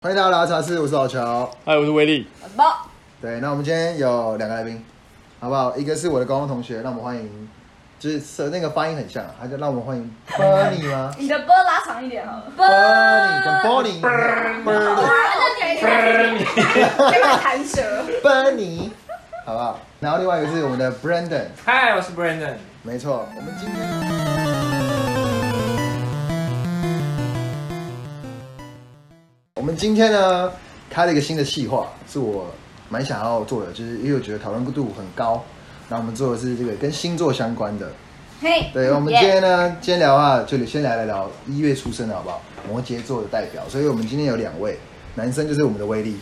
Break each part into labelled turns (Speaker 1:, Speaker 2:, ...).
Speaker 1: 欢迎大家来到茶室，我是老乔。
Speaker 2: 嗨，我是威力。
Speaker 3: 晚报，
Speaker 1: 对，那我们今天有两个来宾，好不好？一个是我的高中同学，让我们欢迎，就是是那个发音很像，他就让我们欢迎 Bernie 吗
Speaker 3: 你的波拉长一点好了。波
Speaker 1: ？Bernie 跟 Bernie，Bernie，
Speaker 3: 那你这个弹舌，
Speaker 1: 好不好？然后另外一个是我们的 Brandon，
Speaker 4: 嗨，我是 Brandon。
Speaker 1: 没错，我们今天。我们今天呢开了一个新的计划，是我蛮想要做的，就是因为我觉得讨论度很高。然后我们做的是这个跟星座相关的，
Speaker 3: 嘿，
Speaker 1: 对， 我们今天呢，今天聊啊，就先来聊聊一月出生的好不好？摩羯座的代表，所以我们今天有两位，男生就是我们的威力，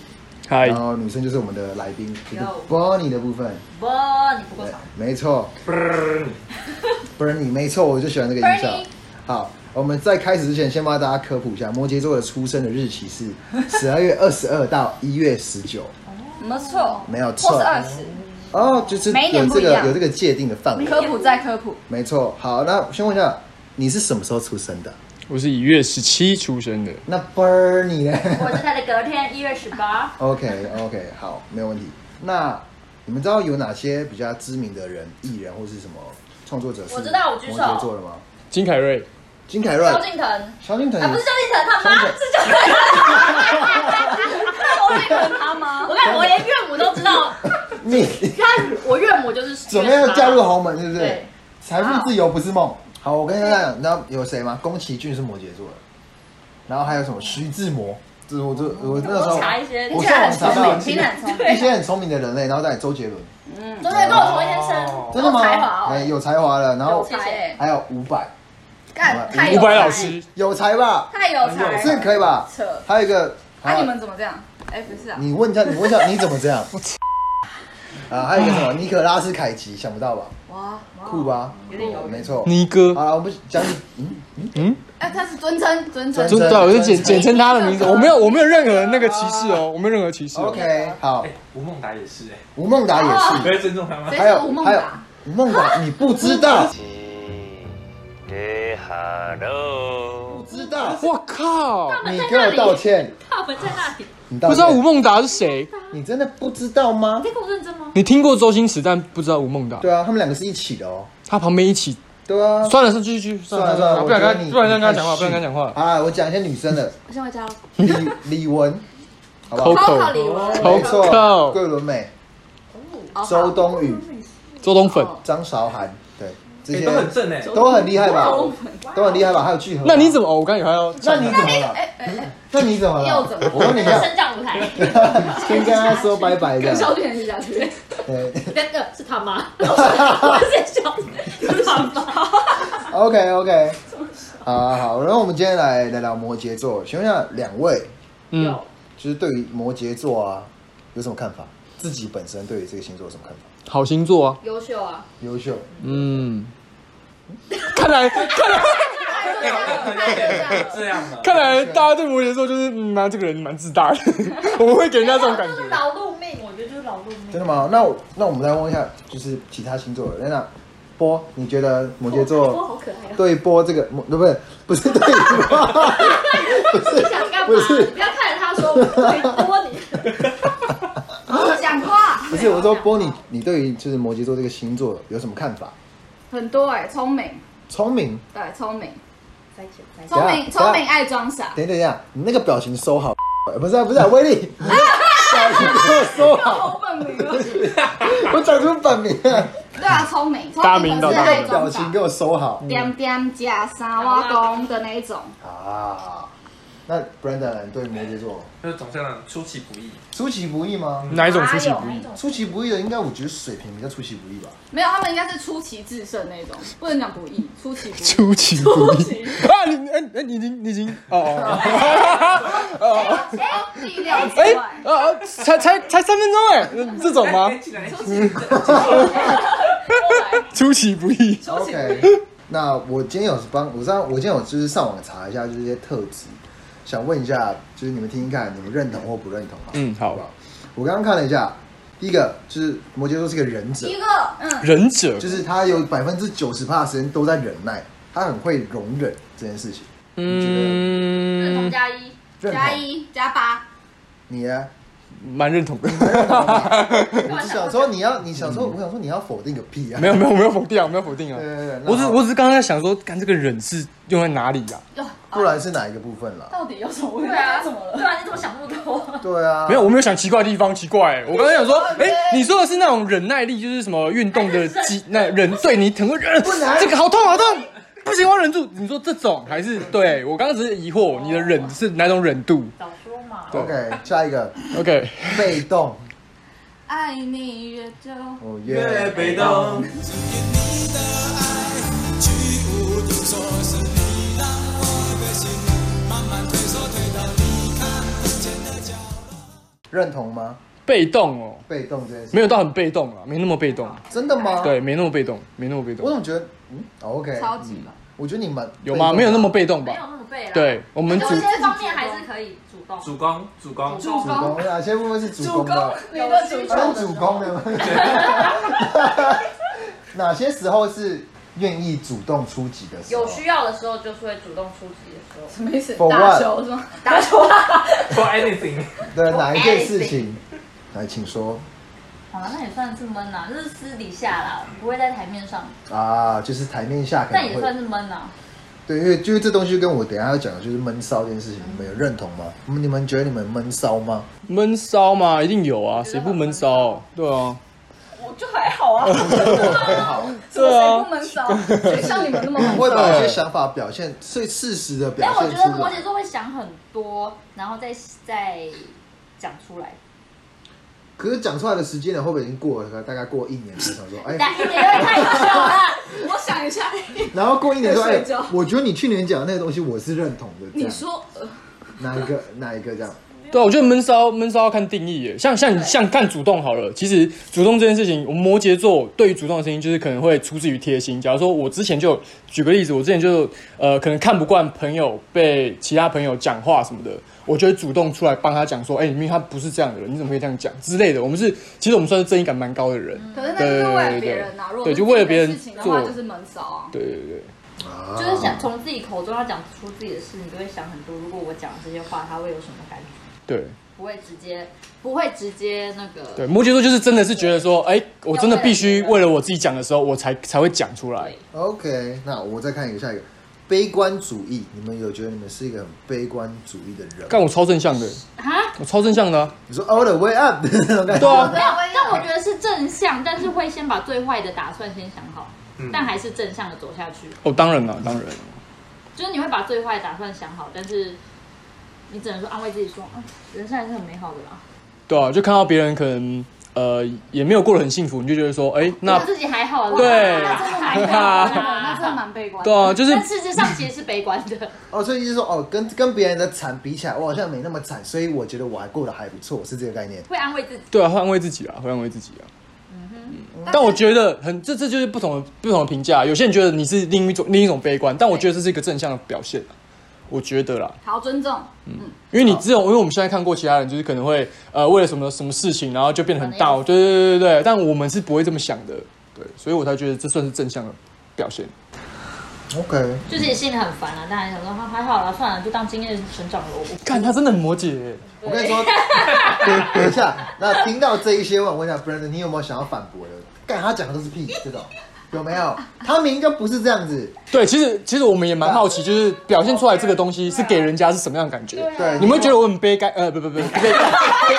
Speaker 2: 嗨
Speaker 1: 然，后女生就是我们的来宾，就是
Speaker 3: Yo
Speaker 1: Bonnie 的部分，
Speaker 3: 波你不够
Speaker 1: 对
Speaker 3: 长。，
Speaker 1: 没错，Bernie，没错，我就喜欢这个音效
Speaker 3: Bernie。
Speaker 1: 好，我们在开始之前，先帮大家科普一下，摩羯座的出生的日期是 十二月二十二到一月十九，
Speaker 3: 没错，
Speaker 1: 没有
Speaker 3: 或
Speaker 1: 错
Speaker 3: 是，二十。
Speaker 1: 哦，就是
Speaker 3: 每一
Speaker 1: 有
Speaker 3: 年
Speaker 1: 这
Speaker 3: 不一
Speaker 1: 个
Speaker 3: 样
Speaker 1: 有这个界定的范围，
Speaker 3: 科普再科普，
Speaker 1: 没错。好，那先问一下，你是什么时候出生的？
Speaker 2: 我是一月十七出生的。
Speaker 1: 那 Bernie 呢
Speaker 5: 我是他的隔天一月十八，
Speaker 1: ？OK OK，好，没有问题。那你们知道有哪些比较知名的人、艺人或是什么创作者是
Speaker 5: 我知道我举手
Speaker 1: 摩羯座的吗？
Speaker 2: 金凯瑞，
Speaker 1: 金凯瑞、
Speaker 5: 萧敬腾啊，
Speaker 1: 萧敬腾也
Speaker 5: 不是萧敬腾，他妈
Speaker 1: 萧敬腾
Speaker 5: 是萧敬 腾，他 吗？
Speaker 3: 我看我连岳母都知道，
Speaker 1: 你
Speaker 3: 看我岳母就是
Speaker 1: 准备要嫁入豪门，是不是
Speaker 3: 对？啊
Speaker 1: 财富自由不是梦。好，我跟大家讲，你知道有谁吗？宫崎骏是摩羯座的，然后还有什么徐志摩，这是我
Speaker 3: 哦
Speaker 1: 这我那时候
Speaker 5: 我查一些，
Speaker 1: 我上网查到
Speaker 3: 听起来很聪哦
Speaker 1: 一些很聪明的人类，然后再来周杰伦，嗯
Speaker 5: 真的跟我同一天生，
Speaker 1: 真的吗
Speaker 5: 有才华？哦
Speaker 1: 哎有才华了，然后
Speaker 5: 有才哎
Speaker 1: 还有伍佰，
Speaker 3: 干太
Speaker 2: 伍
Speaker 3: 有
Speaker 2: 佰
Speaker 3: 才
Speaker 2: 老，师，
Speaker 1: 有才吧？
Speaker 3: 太有才了，
Speaker 1: 这可以吧？
Speaker 3: 扯。
Speaker 1: 还有一个，还
Speaker 3: 那
Speaker 1: 有
Speaker 3: 啊你们怎么这样？哎，不是啊，
Speaker 1: 你问一下，你问一下，你怎么这 样？啊，还有一个什么？尼可拉斯凯奇，想不到吧？
Speaker 3: 哇，
Speaker 1: 酷吧？没错。
Speaker 2: 尼哥。
Speaker 1: 好了，我们不讲嗯
Speaker 3: 哎，他是尊称尊称
Speaker 1: 尊，
Speaker 2: 真的，啊我就简
Speaker 1: 真
Speaker 2: 简称他的名字，我没有我没有任何那个歧视哦，我没有任何歧视哦。
Speaker 1: ，OK，好
Speaker 4: 哎，，吴孟达也是哎，
Speaker 1: 吴孟达也
Speaker 4: 你
Speaker 1: 是，
Speaker 4: 会尊重他吗
Speaker 2: 哦
Speaker 3: 谁？
Speaker 1: 还
Speaker 3: 是
Speaker 1: 有
Speaker 3: 吴孟
Speaker 1: 还有
Speaker 3: 达？
Speaker 1: 吴孟达，你不知 道，
Speaker 6: でハロ
Speaker 1: 不知道，
Speaker 2: 我靠，
Speaker 1: 你给我道歉，
Speaker 5: 他们在那里，
Speaker 1: 你道
Speaker 2: 不
Speaker 1: 歉
Speaker 2: 知道吴，孟达是谁？
Speaker 1: 你真的不知道吗
Speaker 5: 你？在跟我认真吗？
Speaker 2: 你听过周星驰，但不知道吴孟达。
Speaker 1: 对啊，他们两个是一起的哦，
Speaker 2: 他旁边一起，
Speaker 1: 对啊，
Speaker 2: 算了，算了继续继续，
Speaker 1: 算了算了，
Speaker 2: 不想跟他
Speaker 1: 你
Speaker 2: 不想跟他讲话，不想跟他讲话。
Speaker 1: 啊，我讲一些女生 的，
Speaker 3: 我先回家了。
Speaker 1: 李李玟，好不好？
Speaker 3: 高考李玟，
Speaker 1: 没错，
Speaker 2: Coco
Speaker 1: 桂纶镁、
Speaker 3: 哦
Speaker 1: 周冬雨、
Speaker 2: 周冬粉，
Speaker 1: 张韶涵，对，这
Speaker 4: 哎
Speaker 1: 些
Speaker 4: 都很正哎，
Speaker 1: 都很厉害吧？都很厉害吧？还有聚合，啊
Speaker 2: 那你怎么？哦我刚以为他要，
Speaker 1: 那你怎么了？那你怎么 了？
Speaker 3: 又怎么了
Speaker 1: 我问你一
Speaker 5: 在
Speaker 1: 下，
Speaker 5: 升 降舞台，
Speaker 1: 先跟他说拜拜
Speaker 3: 跟萧
Speaker 1: 的。
Speaker 3: 敬腾是这样子。
Speaker 1: 对
Speaker 5: 那个 是他妈，我在笑，是他妈，
Speaker 1: ，OK OK，好啊好，然后我们今天来聊聊摩羯座，请问一下两位，
Speaker 2: 嗯，
Speaker 1: 就是对于摩羯座啊有什么看法？自己本身对于这个星座有什么看法？
Speaker 2: 好星座啊，
Speaker 5: 优秀啊，
Speaker 1: 优秀，
Speaker 2: 嗯，看来看来
Speaker 4: 哎我看到有 这样的，
Speaker 2: 看来大家对摩羯座就是，嗯，那这个人蛮自大的， 我们会给人家这种感
Speaker 5: 就是
Speaker 2: 觉。
Speaker 5: 劳碌命，我觉得就是劳碌命
Speaker 1: 真。的吗？那我那我们再问一下，就是其他星座的，那波，你觉得摩羯
Speaker 5: 波
Speaker 1: 座
Speaker 5: 好可爱啊！
Speaker 1: 对波这个摩，不是不是对波，
Speaker 5: 你想干嘛？
Speaker 1: 不是
Speaker 5: 你不要看着他说我会多你。
Speaker 3: 讲话
Speaker 1: 不是我说波，你你对于就是摩羯座这个星座有什么看法？
Speaker 3: 很多哎，聪明，
Speaker 1: 聪明，
Speaker 3: 对，聪明，
Speaker 5: 再见，再见。
Speaker 3: 聪明，
Speaker 1: 等一下
Speaker 3: 聪明，爱装傻。
Speaker 1: 等一下等一下，你那个表情收好， 不是、啊、不是、啊，威力， 你表情给我收好，
Speaker 3: 好本名哦，
Speaker 1: 我讲出本名了，
Speaker 3: 对啊，聪明，
Speaker 2: 大
Speaker 3: 聪
Speaker 2: 名都
Speaker 3: 明可
Speaker 2: 大
Speaker 3: 是
Speaker 2: 名
Speaker 3: 爱
Speaker 1: 那个
Speaker 3: 装
Speaker 1: 表情
Speaker 3: 傻
Speaker 1: 给，我收好
Speaker 3: 点点假三挖工的那一种，
Speaker 1: 啊。那 Brandon 对摩羯座
Speaker 4: 就是总是让出其不意。
Speaker 1: 出其不意吗？
Speaker 2: 哪一种出其不意？
Speaker 1: 出其不意的，应该我觉得水瓶比较出其不意吧。
Speaker 3: 没有，他们应该是出奇制胜那种，不能讲不易，出其不意。
Speaker 2: 出其不意 啊！你哎哎，你已经你已经哦哦
Speaker 5: 哎
Speaker 2: 哦，
Speaker 3: 意料之
Speaker 2: 哎
Speaker 3: 外，
Speaker 2: 呃，啊才才才三分钟哎，呃这种吗
Speaker 4: 哎？竟然
Speaker 2: 出其不意，
Speaker 1: OK，那我今天有帮我上，我今天有就是上网查一下，就是一些特质，想问一下，就是你们听听看，你们认同或不认同啊？
Speaker 2: 嗯好
Speaker 1: 不好？我刚刚看了一下，第一个就是摩羯座是个忍者，
Speaker 3: 一个，嗯，
Speaker 2: 忍者
Speaker 1: 就是他有百分之九十趴的时间都在忍耐，他很会容忍这件事情。你觉得
Speaker 2: 嗯
Speaker 5: 加一，
Speaker 1: 认同
Speaker 3: 加一加八，
Speaker 1: 你呢？
Speaker 2: 蛮认同 的。
Speaker 1: 我只想说你要，你想说，我想说你要否定个屁啊！
Speaker 2: 没有没有没有否定啊，没有否定啊
Speaker 1: 对对对。那
Speaker 2: 我只
Speaker 1: 好
Speaker 2: 我只是刚刚在想说，干这个忍是用在哪里呀？啊
Speaker 3: 哟，
Speaker 1: 不然是哪一个部分啦？
Speaker 3: 到底有什么问题？
Speaker 5: 对啊，
Speaker 3: 他怎么
Speaker 5: 对
Speaker 3: 了？
Speaker 5: 啊，你怎么想那么多？
Speaker 1: 对啊，
Speaker 2: 没有，我没有想奇怪的地方，奇怪、我刚才想说，哎、
Speaker 1: 对
Speaker 2: 你说的是那种忍耐力，就是什么运动的
Speaker 5: 忍
Speaker 2: 肌，那忍对你疼，忍、这个好痛好痛，不行，我要忍住。你说这种还是对我刚刚只是疑惑，你的忍是哪种忍度
Speaker 5: 早说嘛！
Speaker 2: 对
Speaker 1: ，OK，下一个
Speaker 2: ？OK，
Speaker 1: 被动，
Speaker 3: 爱你越 久，
Speaker 1: 哦
Speaker 4: 越
Speaker 1: 耶，
Speaker 4: 被动，
Speaker 1: 认同吗？
Speaker 2: 被动哦，
Speaker 1: 被动这件事，
Speaker 2: 没有到很被动啊，没那么被动，
Speaker 1: 真的吗？，
Speaker 2: 对，没那么被动，没那么被
Speaker 1: 我
Speaker 2: 动，
Speaker 1: 怎么觉得，嗯哦，OK，
Speaker 3: 超级吧。
Speaker 1: 我觉得你们
Speaker 2: 有吗？没有那么被动
Speaker 5: 没有
Speaker 2: 吧？
Speaker 5: 那么背啦。
Speaker 2: 对，，我们
Speaker 5: 有
Speaker 2: 主
Speaker 5: 些方面还是可以主动。
Speaker 4: 主攻主攻，
Speaker 5: 主攻
Speaker 1: 主攻，哪些部分是主攻的？
Speaker 3: 你的主
Speaker 1: 还有
Speaker 3: 动
Speaker 1: 主攻的吗？哪些时候是愿意主动出击的时候？
Speaker 5: 有需要的时候就是会主动出击的时候。
Speaker 3: 什么意思？
Speaker 1: For
Speaker 3: 打球是吗？
Speaker 5: 打球啊！
Speaker 4: for anything，
Speaker 1: 的哪一件事情？来，请说
Speaker 5: 好了，那也算是闷啦，就是私底下啦，不会在台面上，
Speaker 1: 啊，就是台面下可
Speaker 5: 但
Speaker 1: 能
Speaker 5: 也算
Speaker 1: 会
Speaker 5: 是闷啦。
Speaker 1: 对，因为就是这东西跟我等一下要讲的就是闷骚这件事情，你们有认同吗？你们觉得你们闷骚吗？
Speaker 2: 闷骚嘛，一定有啊，谁不闷骚？对啊，
Speaker 3: 我就还好啊，
Speaker 1: 还好，
Speaker 3: 怎么谁不闷骚？谁像你们那么闷
Speaker 1: 会
Speaker 3: 骚？
Speaker 1: 把一些想法表现，最事实的表
Speaker 5: 但哎我
Speaker 1: 现
Speaker 5: 觉
Speaker 1: 出
Speaker 5: 得摩羯
Speaker 1: 来。
Speaker 5: 座会想很多，然后再再讲出 来。
Speaker 1: 可是讲出来的时间呢，会不会已经过了？大概过一年，才想说， 哎，
Speaker 5: 但一点有点太久了。
Speaker 3: 我想一下，
Speaker 1: 然后过一年说，
Speaker 3: 在
Speaker 1: 哎
Speaker 3: 睡觉，
Speaker 1: 我觉得你去年讲的那个东西，我是认同的。这
Speaker 3: 你
Speaker 1: 样
Speaker 3: 说呃
Speaker 1: 哪一个哪一个这样？
Speaker 2: 对啊，我觉得闷骚闷骚要看定义耶，像像你像看主动好了，其实主动这件事情，我们摩羯座对于主动的事情，就是可能会出自于贴心。假如说我之前就举个例子，我之前就呃可能看不惯朋友被其他朋友讲话什么的，我就会主动出来帮他讲说，哎、明明他不是这样的人，你怎么可以这样讲之类的。我们是其实我们算是正义感蛮高的人，
Speaker 3: 可是那就是为了别人呐、如果
Speaker 2: 对
Speaker 3: 是
Speaker 2: 就为了别人
Speaker 3: 自己的事情的话，
Speaker 2: 做
Speaker 3: 就是闷骚啊。
Speaker 2: 对对对，
Speaker 1: 啊
Speaker 5: 就是想从自己口中要讲出自己的事，你就会想很多。如果我讲这些话，他会有什么感觉？
Speaker 2: 对
Speaker 5: 不会直接，不会直接那个。
Speaker 2: 对，摩羯座就是真的是觉得说，哎、我真的必须为了我自己讲的时候，我才才会讲出来。
Speaker 1: OK，那我再看一个下一个，悲观主义，你们有觉得你们是一个很悲观主义的人吗？
Speaker 2: 干我超正向的，
Speaker 5: 啊，
Speaker 2: 我超正向的啊、
Speaker 1: 你说 all the way up 的那种感觉，
Speaker 2: 对啊
Speaker 5: 没有。但我觉得是正向，但是会先把最坏的打算先想好，
Speaker 4: 嗯
Speaker 5: 但还是正向的走下去。
Speaker 2: 哦，当然了，当然了。
Speaker 5: 就是你会把最坏的打算想好，但是你只能说安慰自己说，啊，人生还是很美好的啦。
Speaker 2: 对啊，就看到别人可能呃也没有过得很幸福，你就觉得说，哎、那
Speaker 5: 自己还好啦，啊
Speaker 2: 对
Speaker 3: 那真的蛮悲观的，那真的蛮悲观的。
Speaker 2: 对啊， 就是
Speaker 5: 但事实上其实是悲观的。
Speaker 1: 哦，所以就是说，哦，跟跟别人的惨比起来，我好像没那么惨，所以我觉得我还过得还不错，是这个概念。
Speaker 5: 会安慰自己。
Speaker 2: 对啊，会安慰自己啊，会安慰自己啊。嗯但我觉得很，这这就是不同的不同的评价。有些人觉得你是另一种另一种悲观，但我觉得这是一个正向的表现啊我觉得啦，
Speaker 3: 好尊重，
Speaker 2: 因为你这种，因为我们现在看过其他人，就是可能会呃为了什么什么事情，然后就变得很大。
Speaker 5: 可能要
Speaker 2: 对对对对对，但我们是不会这么想的，对，所以我才觉得这算是正向的表现。
Speaker 1: OK，
Speaker 5: 就是也心里很烦啊，但还想说还还好啦，算了，就当经验成长了。我
Speaker 2: 看他真的很摩羯耶、
Speaker 1: 我跟你 说，等等一下，那听到这一些，我问一下 Brandon，你有没有想要反驳的？干，他讲的都是屁，这种有没有？他明明就不是这样子，
Speaker 2: 对，其实其实我们也蛮好奇，就是表现出来这个东西是给人家是什么样的感觉。
Speaker 1: 对，
Speaker 2: 你们会觉得我很悲哀？呃，不不不，悲悲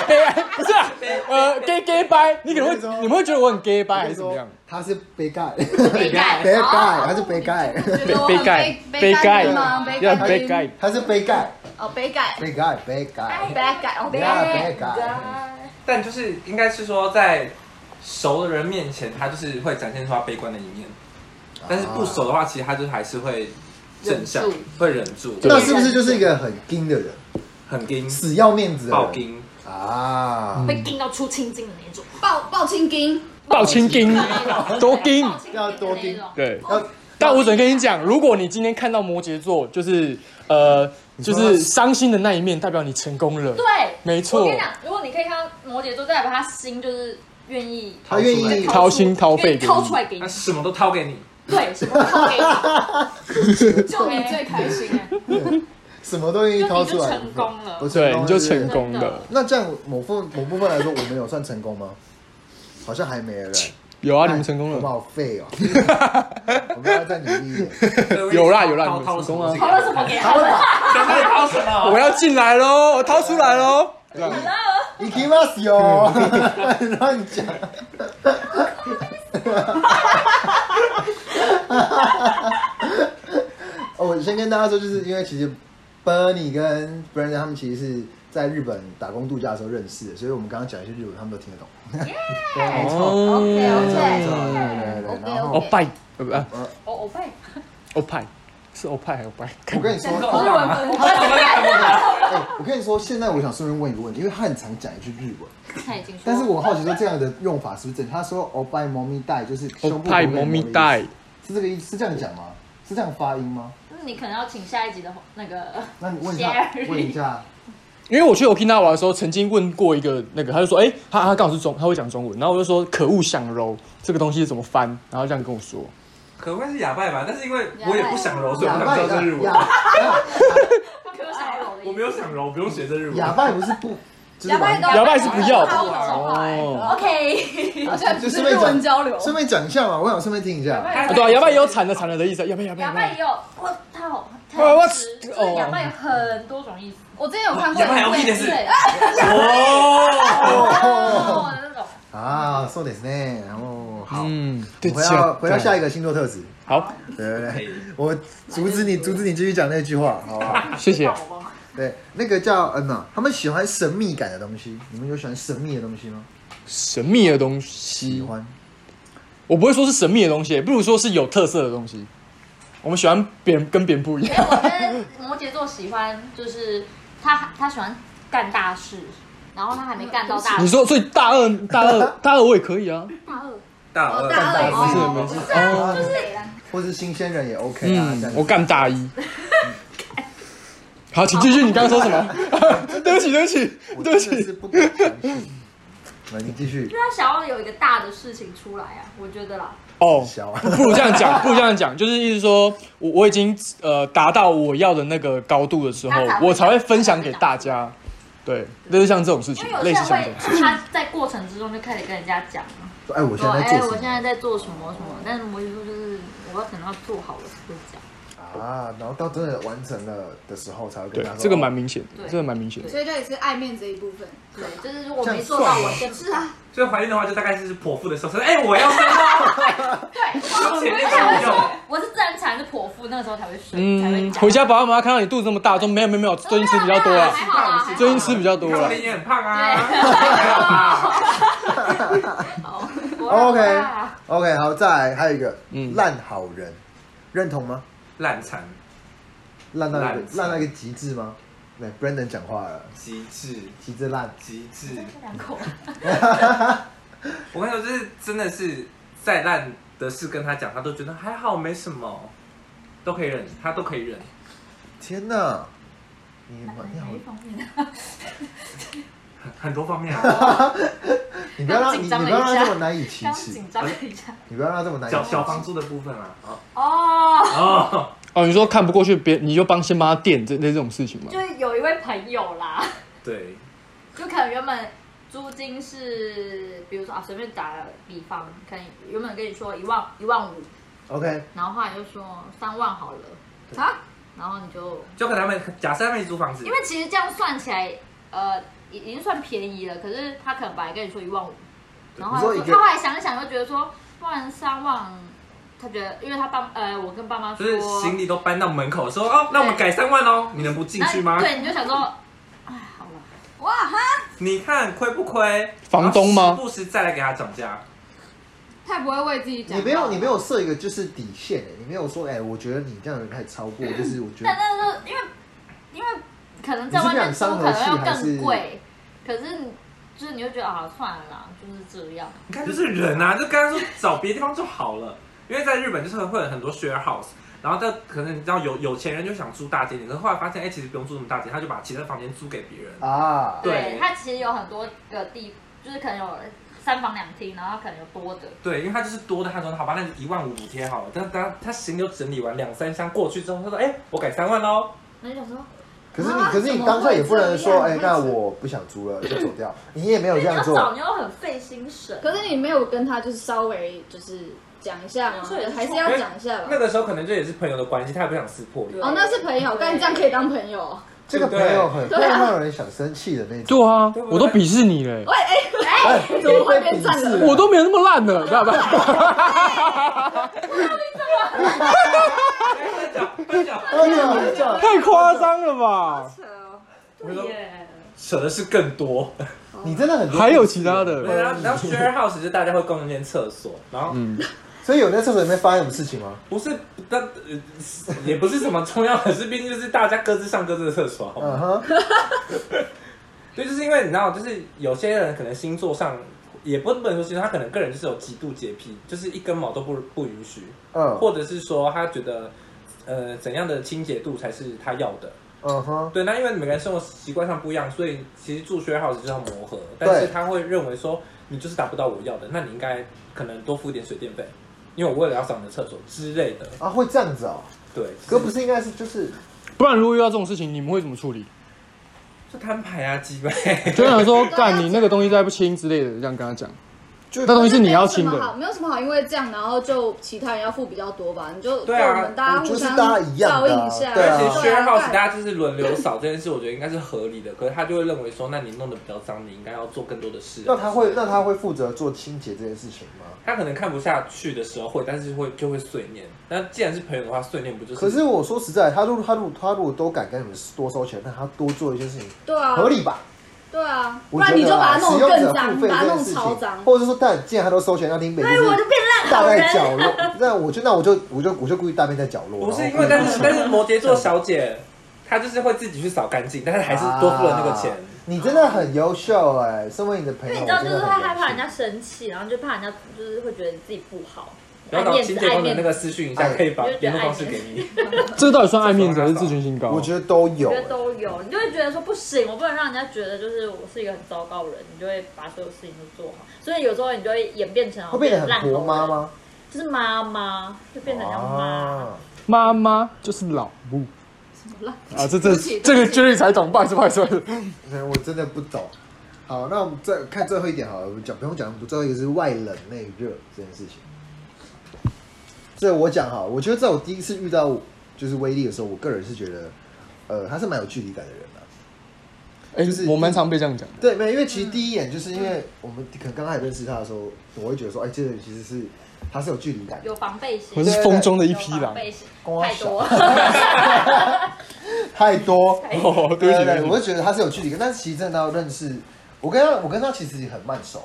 Speaker 2: 悲哀 不是啊，呃，gay gay 掰，你可能
Speaker 1: 我跟你说
Speaker 2: 会你们会觉得我很 gay 掰还
Speaker 1: 我
Speaker 2: 是怎么样？？
Speaker 1: 他是哦悲盖，
Speaker 5: 被盖
Speaker 1: 悲盖，他是悲盖，
Speaker 3: 觉得我很
Speaker 2: 盖
Speaker 3: 悲
Speaker 2: 盖
Speaker 3: 观吗？悲
Speaker 2: 要
Speaker 3: 观
Speaker 2: 悲哀，
Speaker 1: 他是悲盖，
Speaker 3: 哦，悲感，
Speaker 1: 悲盖，悲盖。
Speaker 3: 悲感，哦，悲
Speaker 1: 呀
Speaker 3: 感，
Speaker 1: 别改，
Speaker 4: 但就是应该是说在熟的人面前，他就是会展现出他悲观的一面，但是不熟的话，其实他就还是会正向
Speaker 5: 忍住，
Speaker 4: 会忍住，
Speaker 2: 对
Speaker 1: 那是不是就是一个很硬的人，
Speaker 4: 很硬，
Speaker 1: 死要面子的嗯
Speaker 4: 爆
Speaker 1: 人
Speaker 4: 硬，
Speaker 1: 啊？
Speaker 2: 嗯
Speaker 5: 被盯到出青筋的那种，
Speaker 3: 抱抱青筋，
Speaker 2: 抱青筋，多筋。
Speaker 1: 要多盯
Speaker 2: 对，
Speaker 1: 要
Speaker 2: 但我只能跟你讲，如果你今天看到摩羯座，就是呃，就
Speaker 1: 说
Speaker 2: 是伤心的那一面，代表你成功了。
Speaker 5: 对，
Speaker 2: 没错
Speaker 5: 我跟你讲，如果你可以看到摩羯座，代表他心就是愿意
Speaker 1: 他愿意
Speaker 2: 掏心掏肺
Speaker 5: 愿意
Speaker 2: 给你
Speaker 5: 掏出来给你
Speaker 4: 他，什么 都掏给你，
Speaker 5: 对，什么都掏给你，
Speaker 3: 就你最开心哎，
Speaker 1: 什么都愿意
Speaker 5: 就
Speaker 1: 掏
Speaker 5: 你
Speaker 1: 出
Speaker 5: 就
Speaker 1: 来，
Speaker 5: 成功了
Speaker 1: 我，
Speaker 2: 对，你就成
Speaker 5: 功
Speaker 2: 功
Speaker 5: 真
Speaker 2: 了
Speaker 5: 的。
Speaker 1: 那这样某部某部分来说，我们有算成功吗？好像还没有人。
Speaker 2: 有啊，你们成功
Speaker 1: 我们
Speaker 2: 了。
Speaker 1: 好废 哦！我们要再努力一点。
Speaker 2: 有啦有啦
Speaker 4: 掏
Speaker 2: 你们
Speaker 4: 掏了
Speaker 2: 成
Speaker 4: 什
Speaker 2: 功
Speaker 4: 么
Speaker 2: 啊
Speaker 4: 东西？
Speaker 5: 投了什么给
Speaker 1: 好
Speaker 5: 他
Speaker 1: 了
Speaker 5: 们？
Speaker 1: 吧
Speaker 4: 想到底掏什么？
Speaker 2: 我要进来喽，我掏出来喽。对啊，
Speaker 1: i k i m a s 哟，乱讲。哦，我先跟大家说，就是因为其实 Bernie 跟 Brandon 他们其实是在日本打工度假的时候认识的，所以我们刚刚讲一些日文，他们都听得懂。对，没错。
Speaker 2: 哦
Speaker 6: OK，OK
Speaker 1: 对对对对，然
Speaker 2: 欧
Speaker 1: 后
Speaker 2: 拜，呃不啊，
Speaker 5: 哦，我拜，
Speaker 2: 欧派是欧派还是欧哦拜？
Speaker 1: 我跟你说，
Speaker 3: 日文
Speaker 6: 哦
Speaker 3: 分不出
Speaker 1: 哎，我跟你说，现在我想顺便问一个问题，因为他很常讲一句日文，
Speaker 5: 他已经说，
Speaker 1: 但是我很好奇说这样的用法是不是正确？他说 “o b a i m o m i dai” 就是
Speaker 2: 欧
Speaker 1: 胸部
Speaker 2: 派哦猫咪带，
Speaker 1: 是这个意思？是这样讲吗？是这样发音吗？
Speaker 5: 那你可能要请下一集的那个
Speaker 1: 那你问一下，问一下，
Speaker 2: 因为我去 Okinawa 的时候，曾经问过一个那个，他就说，哎、他他刚好是中，他会讲中文，然后我就说，可恶，想揉这个东西怎么翻，然后这样跟我 说，
Speaker 4: 可能会是哑巴吧，但是因为我也不想揉，所以我
Speaker 1: 哑
Speaker 4: 不
Speaker 1: 巴
Speaker 4: 想
Speaker 1: 也
Speaker 4: 知道这日文。
Speaker 5: 柯小柔的意
Speaker 4: 我
Speaker 5: 思
Speaker 4: 没。有想揉，不用学这日文。
Speaker 1: 哑巴也不是不，就是
Speaker 6: 哑巴
Speaker 1: 玩
Speaker 6: 也跟我
Speaker 2: 摇摆是不要
Speaker 6: 掏
Speaker 2: 的
Speaker 6: 手
Speaker 2: 哦。
Speaker 5: OK，
Speaker 3: 而且
Speaker 1: 就
Speaker 3: 不
Speaker 1: 顺
Speaker 3: 是
Speaker 1: 便
Speaker 3: 日文
Speaker 1: 讲，
Speaker 3: 交流，
Speaker 1: 顺便讲一下嘛，我想顺便听一下。
Speaker 2: 啊对啊，哑巴也有惨的惨了的意思，哑巴哑巴
Speaker 5: 哑
Speaker 2: 哑
Speaker 5: 巴
Speaker 2: 巴
Speaker 5: 也有，我操，
Speaker 2: 哇哦哇
Speaker 5: 太直，就是哑巴有很多种意思，
Speaker 3: 我之前有看过
Speaker 4: 哑巴还有
Speaker 3: 影
Speaker 4: 屁的
Speaker 3: 片，
Speaker 4: 事
Speaker 5: 对，
Speaker 1: 哦
Speaker 5: 哦，那种，
Speaker 1: 啊，そうですね。然后哦好，
Speaker 2: 嗯，对，
Speaker 1: 回到回到下一
Speaker 2: 个，
Speaker 1: 个星座特质，
Speaker 2: 好，
Speaker 1: 对对
Speaker 4: 可
Speaker 1: 对，
Speaker 4: 以
Speaker 1: 我阻止你，阻止你继续讲那句话，好不好？
Speaker 2: 谢谢。
Speaker 1: 对，那个叫嗯呐，他们喜欢神秘感的东西，你们有喜欢神秘的东西吗？
Speaker 2: 神秘的东
Speaker 1: 喜
Speaker 2: 西，
Speaker 1: 欢。
Speaker 2: 我不会说是神秘的东西，不如说是有特色的东西。我们喜欢别人跟别人不一
Speaker 5: 因为
Speaker 2: 样，
Speaker 5: 哎我跟摩羯座喜欢就是他他喜欢干大事，然后他还没干到大
Speaker 2: 你
Speaker 5: 事，
Speaker 2: 说，所以大二大二大二我也可以啊，
Speaker 5: 大二
Speaker 4: 大
Speaker 6: 哦
Speaker 4: 二，
Speaker 6: 大二也
Speaker 2: 没事
Speaker 6: 是
Speaker 2: 没事
Speaker 1: 啊
Speaker 2: 哦，
Speaker 1: 或是新鲜人也 OK 啊，这样
Speaker 2: 嗯，
Speaker 1: 子
Speaker 2: 我干 大一。好，请继续，你刚刚说什么？ 对不起，对不起，
Speaker 1: 我
Speaker 2: 对不
Speaker 1: 真的是
Speaker 2: 起。
Speaker 1: 不敢相信。 来，你继续
Speaker 5: 就，他想要有一个大的事情出来啊，我觉得啦，
Speaker 2: 哦，
Speaker 1: 小啊
Speaker 2: 不不如这样讲，不如这样讲，就是意思说我我已经呃达到我要的那个高度的时候
Speaker 5: 他才，会
Speaker 2: 我才会分享给大家。对，类似像这种事情
Speaker 5: 因为，有些
Speaker 2: 类似像
Speaker 5: 人
Speaker 2: 这
Speaker 5: 会
Speaker 2: 种。
Speaker 5: 他在过程之中就开始跟人家讲了，
Speaker 1: 哎，我现
Speaker 5: 说
Speaker 1: 在
Speaker 5: 哎
Speaker 1: 在，做
Speaker 5: 我
Speaker 1: 什
Speaker 5: 现
Speaker 1: 么
Speaker 5: 在在做什么什么，但是摩羯座就是我可能要做好我才会讲，
Speaker 1: 啊？然后到真的完成了的时候，才会跟
Speaker 2: 对
Speaker 1: 他，说
Speaker 2: 这个
Speaker 1: 哦
Speaker 2: 蛮明显的，
Speaker 5: 对
Speaker 2: 这个蛮明显的。
Speaker 6: 所以这也是爱面子的一部分。
Speaker 5: 对，就是如果
Speaker 1: 这样
Speaker 5: 没做到，
Speaker 1: 算吗
Speaker 5: 我先
Speaker 6: 是啊，
Speaker 4: 所以怀孕的话，就大概是剖腹的时候说，哎，我要生了，
Speaker 5: 对，
Speaker 4: 有钱
Speaker 5: 而且还会
Speaker 4: 用。
Speaker 5: 说我是自然产还是剖腹，那个时候才会睡，才会
Speaker 2: 嗯，
Speaker 5: 讲啊
Speaker 2: 回家爸爸妈妈看到你肚子这么大，说没有没有没有，最近吃比较多啊了
Speaker 5: 还，好啦，还好啦
Speaker 2: 最近吃比较多
Speaker 4: 你看我
Speaker 2: 了
Speaker 4: 脸。也很胖啊，还好吧？
Speaker 5: 我啦
Speaker 1: OK
Speaker 5: 我啦
Speaker 1: OK，好，再来还有一个，
Speaker 2: 嗯
Speaker 1: 烂好人，认同吗？
Speaker 4: 烂惨
Speaker 1: 烂到一个
Speaker 4: 烂死
Speaker 1: 烂到一个极致吗？对，Brandon 讲话了，
Speaker 4: 极致
Speaker 1: 极致烂，
Speaker 4: 极致。
Speaker 5: 这两口
Speaker 4: 我跟你说，就是真的是再烂的事跟他讲，他都觉得还好，没什么，都可以忍，他都可以忍。
Speaker 1: 天哪！你蛮你好
Speaker 5: 哪一，方面的？
Speaker 4: 很多方面啊，
Speaker 1: 你不要让
Speaker 5: 刚
Speaker 1: 你你
Speaker 5: 紧
Speaker 1: 不
Speaker 5: 张了
Speaker 1: 要让他
Speaker 5: 一下
Speaker 1: 这么难以启
Speaker 5: 刚
Speaker 1: 齿，
Speaker 5: 紧
Speaker 2: 哎
Speaker 5: 张了一下。
Speaker 1: 你不要让他这么难以
Speaker 4: 小
Speaker 1: 启齿
Speaker 4: 小。房租的部分啊，哦
Speaker 5: 哦，
Speaker 4: 哦，
Speaker 2: 哦，你说看不过去，别你就帮先帮他垫这类这种事情嘛。
Speaker 5: 就是有一位朋友啦，
Speaker 4: 对，
Speaker 5: 就可能原本租金是，比如说啊，随便打个比方，可能原本跟你说一万一万五，
Speaker 1: OK，
Speaker 5: 然后后来就说三万好了，
Speaker 6: 啊，
Speaker 5: 然后你就
Speaker 4: 就可能他们假设他们一起租房子，
Speaker 5: 因为其实这样算起来，呃，已已经算便宜了。可是他可能本来跟你说一万五，然后他
Speaker 1: 你说
Speaker 5: 说
Speaker 1: 一个
Speaker 5: 他后来想一想，就觉得说，不然三万，他觉得，因为他爸呃，我跟爸妈
Speaker 4: 就
Speaker 5: 说，
Speaker 4: 是行李都搬到门口，说哦，那我们改三万哦，你能不进
Speaker 5: 然后
Speaker 4: 去吗？
Speaker 5: 对，你就想说，哎，好了，
Speaker 6: 哇哈，
Speaker 4: 你看亏不亏？
Speaker 2: 房东吗
Speaker 4: 然后时不时再来给他涨价，
Speaker 6: 太不会为自己讲。
Speaker 1: 你没有你没有设一个就是底线欸，你没有说哎，我觉得你这样有点太超 过，就是我觉得
Speaker 5: 但但是因为因为可能在
Speaker 1: 你是
Speaker 5: 外
Speaker 1: 不想
Speaker 5: 面租
Speaker 1: 伤
Speaker 5: 可
Speaker 1: 和
Speaker 5: 能要
Speaker 1: 气还是
Speaker 5: 更贵，可是你就是你就觉得啊，算了啦，就是这样。
Speaker 4: 你看就是人啊，就跟他说找别的地方就好了，因为在日本就是会有很多 share house。然后这可能你知道有有钱人就想租大间，可是后来发现，哎，其实不用住那么大间，他就把其他房间租给别人。
Speaker 1: 啊，
Speaker 4: 对
Speaker 5: 它其实有很多个地，就是可能有三房两厅，然后可能有多的。
Speaker 4: 对，因为他就是多的，他说好吧，那你一万五补贴好了。但是他他行李都整理完两三箱过去之后，他说哎、我改三万喽。
Speaker 5: 那就想说，
Speaker 1: 可是你，
Speaker 6: 啊
Speaker 1: 可是你当下也不能
Speaker 5: 怎么
Speaker 1: 说，
Speaker 5: 会
Speaker 1: 哎，
Speaker 5: 这
Speaker 1: 那
Speaker 5: 样
Speaker 1: 我不想租了，就走 掉。你也没有
Speaker 5: 因为
Speaker 1: 这
Speaker 5: 你
Speaker 1: 样
Speaker 5: 要找，
Speaker 1: 做，
Speaker 5: 你又很费心神。
Speaker 6: 可是你没有跟他就是稍微就是讲一下嘛
Speaker 5: 所以，
Speaker 6: 还是要讲一下吧
Speaker 4: 那。个时候可能这也是朋友的关系，他也不想撕破脸。
Speaker 6: 哦，那是朋友，但你这样可以当朋友。哦
Speaker 1: 这个朋友很会
Speaker 6: 对啊
Speaker 1: 让人想生气的那种。
Speaker 2: 对啊
Speaker 4: 对，不对
Speaker 2: 我都鄙视你欸嘞，
Speaker 6: 喂，哎
Speaker 1: 哎
Speaker 6: 哎，怎么会变战
Speaker 1: 怎么会变
Speaker 6: 了？
Speaker 1: 成
Speaker 2: 我都没有那么烂的，知道吧？
Speaker 4: 哎分享分享，
Speaker 1: 哎
Speaker 2: 啊
Speaker 1: 呀，这样
Speaker 2: 太夸张了吧？
Speaker 5: 对
Speaker 1: 嗯
Speaker 5: 耶，
Speaker 4: 舍的是更多。
Speaker 1: 你真的很多
Speaker 2: 还有其他的
Speaker 4: 对，然后然后 share house 就大家会共用一间厕所，然后
Speaker 2: 嗯，
Speaker 1: 所以有在厕所里面发生什么事情吗？
Speaker 4: 不是，但呃也不是什么重要的事，毕竟就是大家各自上各自的厕所，
Speaker 2: 哦
Speaker 4: 好吗？
Speaker 1: 嗯哼，
Speaker 4: 对，就是因为你知道，就是有些人可能星座上也不不能说星座，他可能个人就是有极度洁癖，就是一根毛都不不允许，
Speaker 1: 嗯
Speaker 4: 或者是说他觉得呃怎样的清洁度才是他要的。
Speaker 1: 嗯哼，
Speaker 4: 对，那因为每个人生活习惯上不一样，所以其实住 share house 就是要磨合，但是
Speaker 1: 对
Speaker 4: 他会认为说你就是达不到我要的，那你应该可能多付一点水电费，因为我为了要上你的厕所之类的。
Speaker 1: 啊，会这样子哦。
Speaker 4: 对，
Speaker 1: 哥不是应该是就是
Speaker 2: 不然如果遇到这种事情，你们会怎么处理？
Speaker 4: 就摊牌啊，鸡掰。
Speaker 2: 就想说，干你那个东西再不清之类的，这样跟他讲，
Speaker 1: 就
Speaker 2: 那东西是你要
Speaker 6: 没有
Speaker 2: 清
Speaker 6: 什么好，
Speaker 2: 的，
Speaker 6: 没有什么好，因为这样，然后就其他人要付比较多吧，你就
Speaker 4: 对啊
Speaker 6: 就我们大家互
Speaker 1: 就是
Speaker 6: 相
Speaker 1: 大家一样
Speaker 6: 照
Speaker 1: 的
Speaker 6: 应
Speaker 1: 啊
Speaker 6: 一下，
Speaker 1: 对
Speaker 4: 而
Speaker 1: 啊
Speaker 4: 且 share house
Speaker 6: 对啊
Speaker 4: 大家就是轮流扫这件事，我觉得应该是合理的。可是他就会认为说，那你弄得比较脏，你应该要做更多的事、
Speaker 1: 那他会那他会负责做清洁这件事情吗？
Speaker 4: 他可能看不下去的时候会，但是会就会碎念。那既然是朋友的话，碎念不就是？
Speaker 1: 可是我说实在，他如他如他如果都敢跟你们多收钱，那他多做一些事情
Speaker 6: 对啊，
Speaker 1: 合理吧？
Speaker 6: 对啊，不
Speaker 1: 我觉
Speaker 6: 然
Speaker 1: 得
Speaker 6: 你就把它
Speaker 1: 啊使
Speaker 6: 弄得
Speaker 1: 用者
Speaker 6: 更
Speaker 1: 付
Speaker 6: 脏，
Speaker 1: 费
Speaker 6: 把它
Speaker 1: 这件
Speaker 6: 弄
Speaker 1: 事
Speaker 6: 超
Speaker 1: 情
Speaker 6: 脏，。
Speaker 1: 或者说，但既然他都收钱，那林北
Speaker 5: 哎，
Speaker 1: 就
Speaker 5: 我就是变烂
Speaker 1: 大
Speaker 5: 好
Speaker 1: 在角
Speaker 5: 人。
Speaker 1: 落，那我就那我就我就我就故意大便在角落，
Speaker 4: 不是
Speaker 1: 然后
Speaker 4: 因为，但是但是摩羯座小姐，她就是会自己去扫干净，但是还是多付了那个钱。
Speaker 1: 啊你真的很优秀哎，身为你的朋
Speaker 5: 因
Speaker 1: 友，
Speaker 5: 为你
Speaker 1: 我
Speaker 5: 知道，
Speaker 1: 真
Speaker 5: 就
Speaker 1: 的
Speaker 5: 是
Speaker 1: 很
Speaker 5: 会害怕人
Speaker 1: 家。
Speaker 5: 家生气，然后就怕人家就是会觉得自己不好，
Speaker 4: 然
Speaker 5: 爱
Speaker 4: 后到
Speaker 5: 面
Speaker 4: 清
Speaker 5: 子，
Speaker 4: 洁
Speaker 5: 爱
Speaker 4: 工的
Speaker 5: 面
Speaker 4: 那
Speaker 5: 子
Speaker 4: 个。私讯一下，可以把联络方式给你。
Speaker 2: 这到底算爱面子还是自尊心高？
Speaker 1: 我觉得都有
Speaker 5: 我觉，得都有，你就会觉得说不行，我不能让人家觉得就是我是一个很糟糕的人，你就会把所有事情都做好，所以有时候你就会演变成好
Speaker 1: 会
Speaker 5: 像
Speaker 1: 变得
Speaker 5: 烂
Speaker 1: 很
Speaker 5: 头
Speaker 1: 婆妈
Speaker 5: 人？
Speaker 1: 吗？
Speaker 5: 就是妈妈，就变成像妈。
Speaker 1: 啊，
Speaker 2: 妈妈就是老母
Speaker 6: 么啦
Speaker 2: 啊，这这
Speaker 6: 对不起
Speaker 2: 这
Speaker 6: 对
Speaker 2: 个
Speaker 6: 不起
Speaker 2: Jerry 才懂，不好意思，不好意思，不好意思
Speaker 1: 对我真的不懂。好，那我们再看最后一点好了，我们讲不用讲那么多，最后一个是外冷内热这件事情。这我讲哈，我觉得在我第一次遇到就是威力的时候，我个人是觉得，呃，他是蛮有距离感的人的、
Speaker 2: 哎
Speaker 1: 就是，
Speaker 2: 我蛮常被这样讲的。
Speaker 1: 对，没有，因为其实第一眼就是因
Speaker 5: 嗯
Speaker 1: 为我们可能刚开始认识他的时候，我会觉得说，哎，这个人其实是他是有距离感的，
Speaker 5: 有防备心，
Speaker 2: 我是风中的一匹
Speaker 5: 有
Speaker 2: 狼
Speaker 5: 防。备心
Speaker 1: 光
Speaker 5: 太
Speaker 1: 小
Speaker 5: 多。
Speaker 1: 太 多。
Speaker 2: 哦，对不
Speaker 1: 对
Speaker 2: 起，
Speaker 1: 对
Speaker 2: 对
Speaker 1: 对，
Speaker 2: 不
Speaker 1: 我
Speaker 2: 起。
Speaker 1: 就觉得他是有距离感，但是其实真的要认识，我跟他我跟他其实也很慢熟，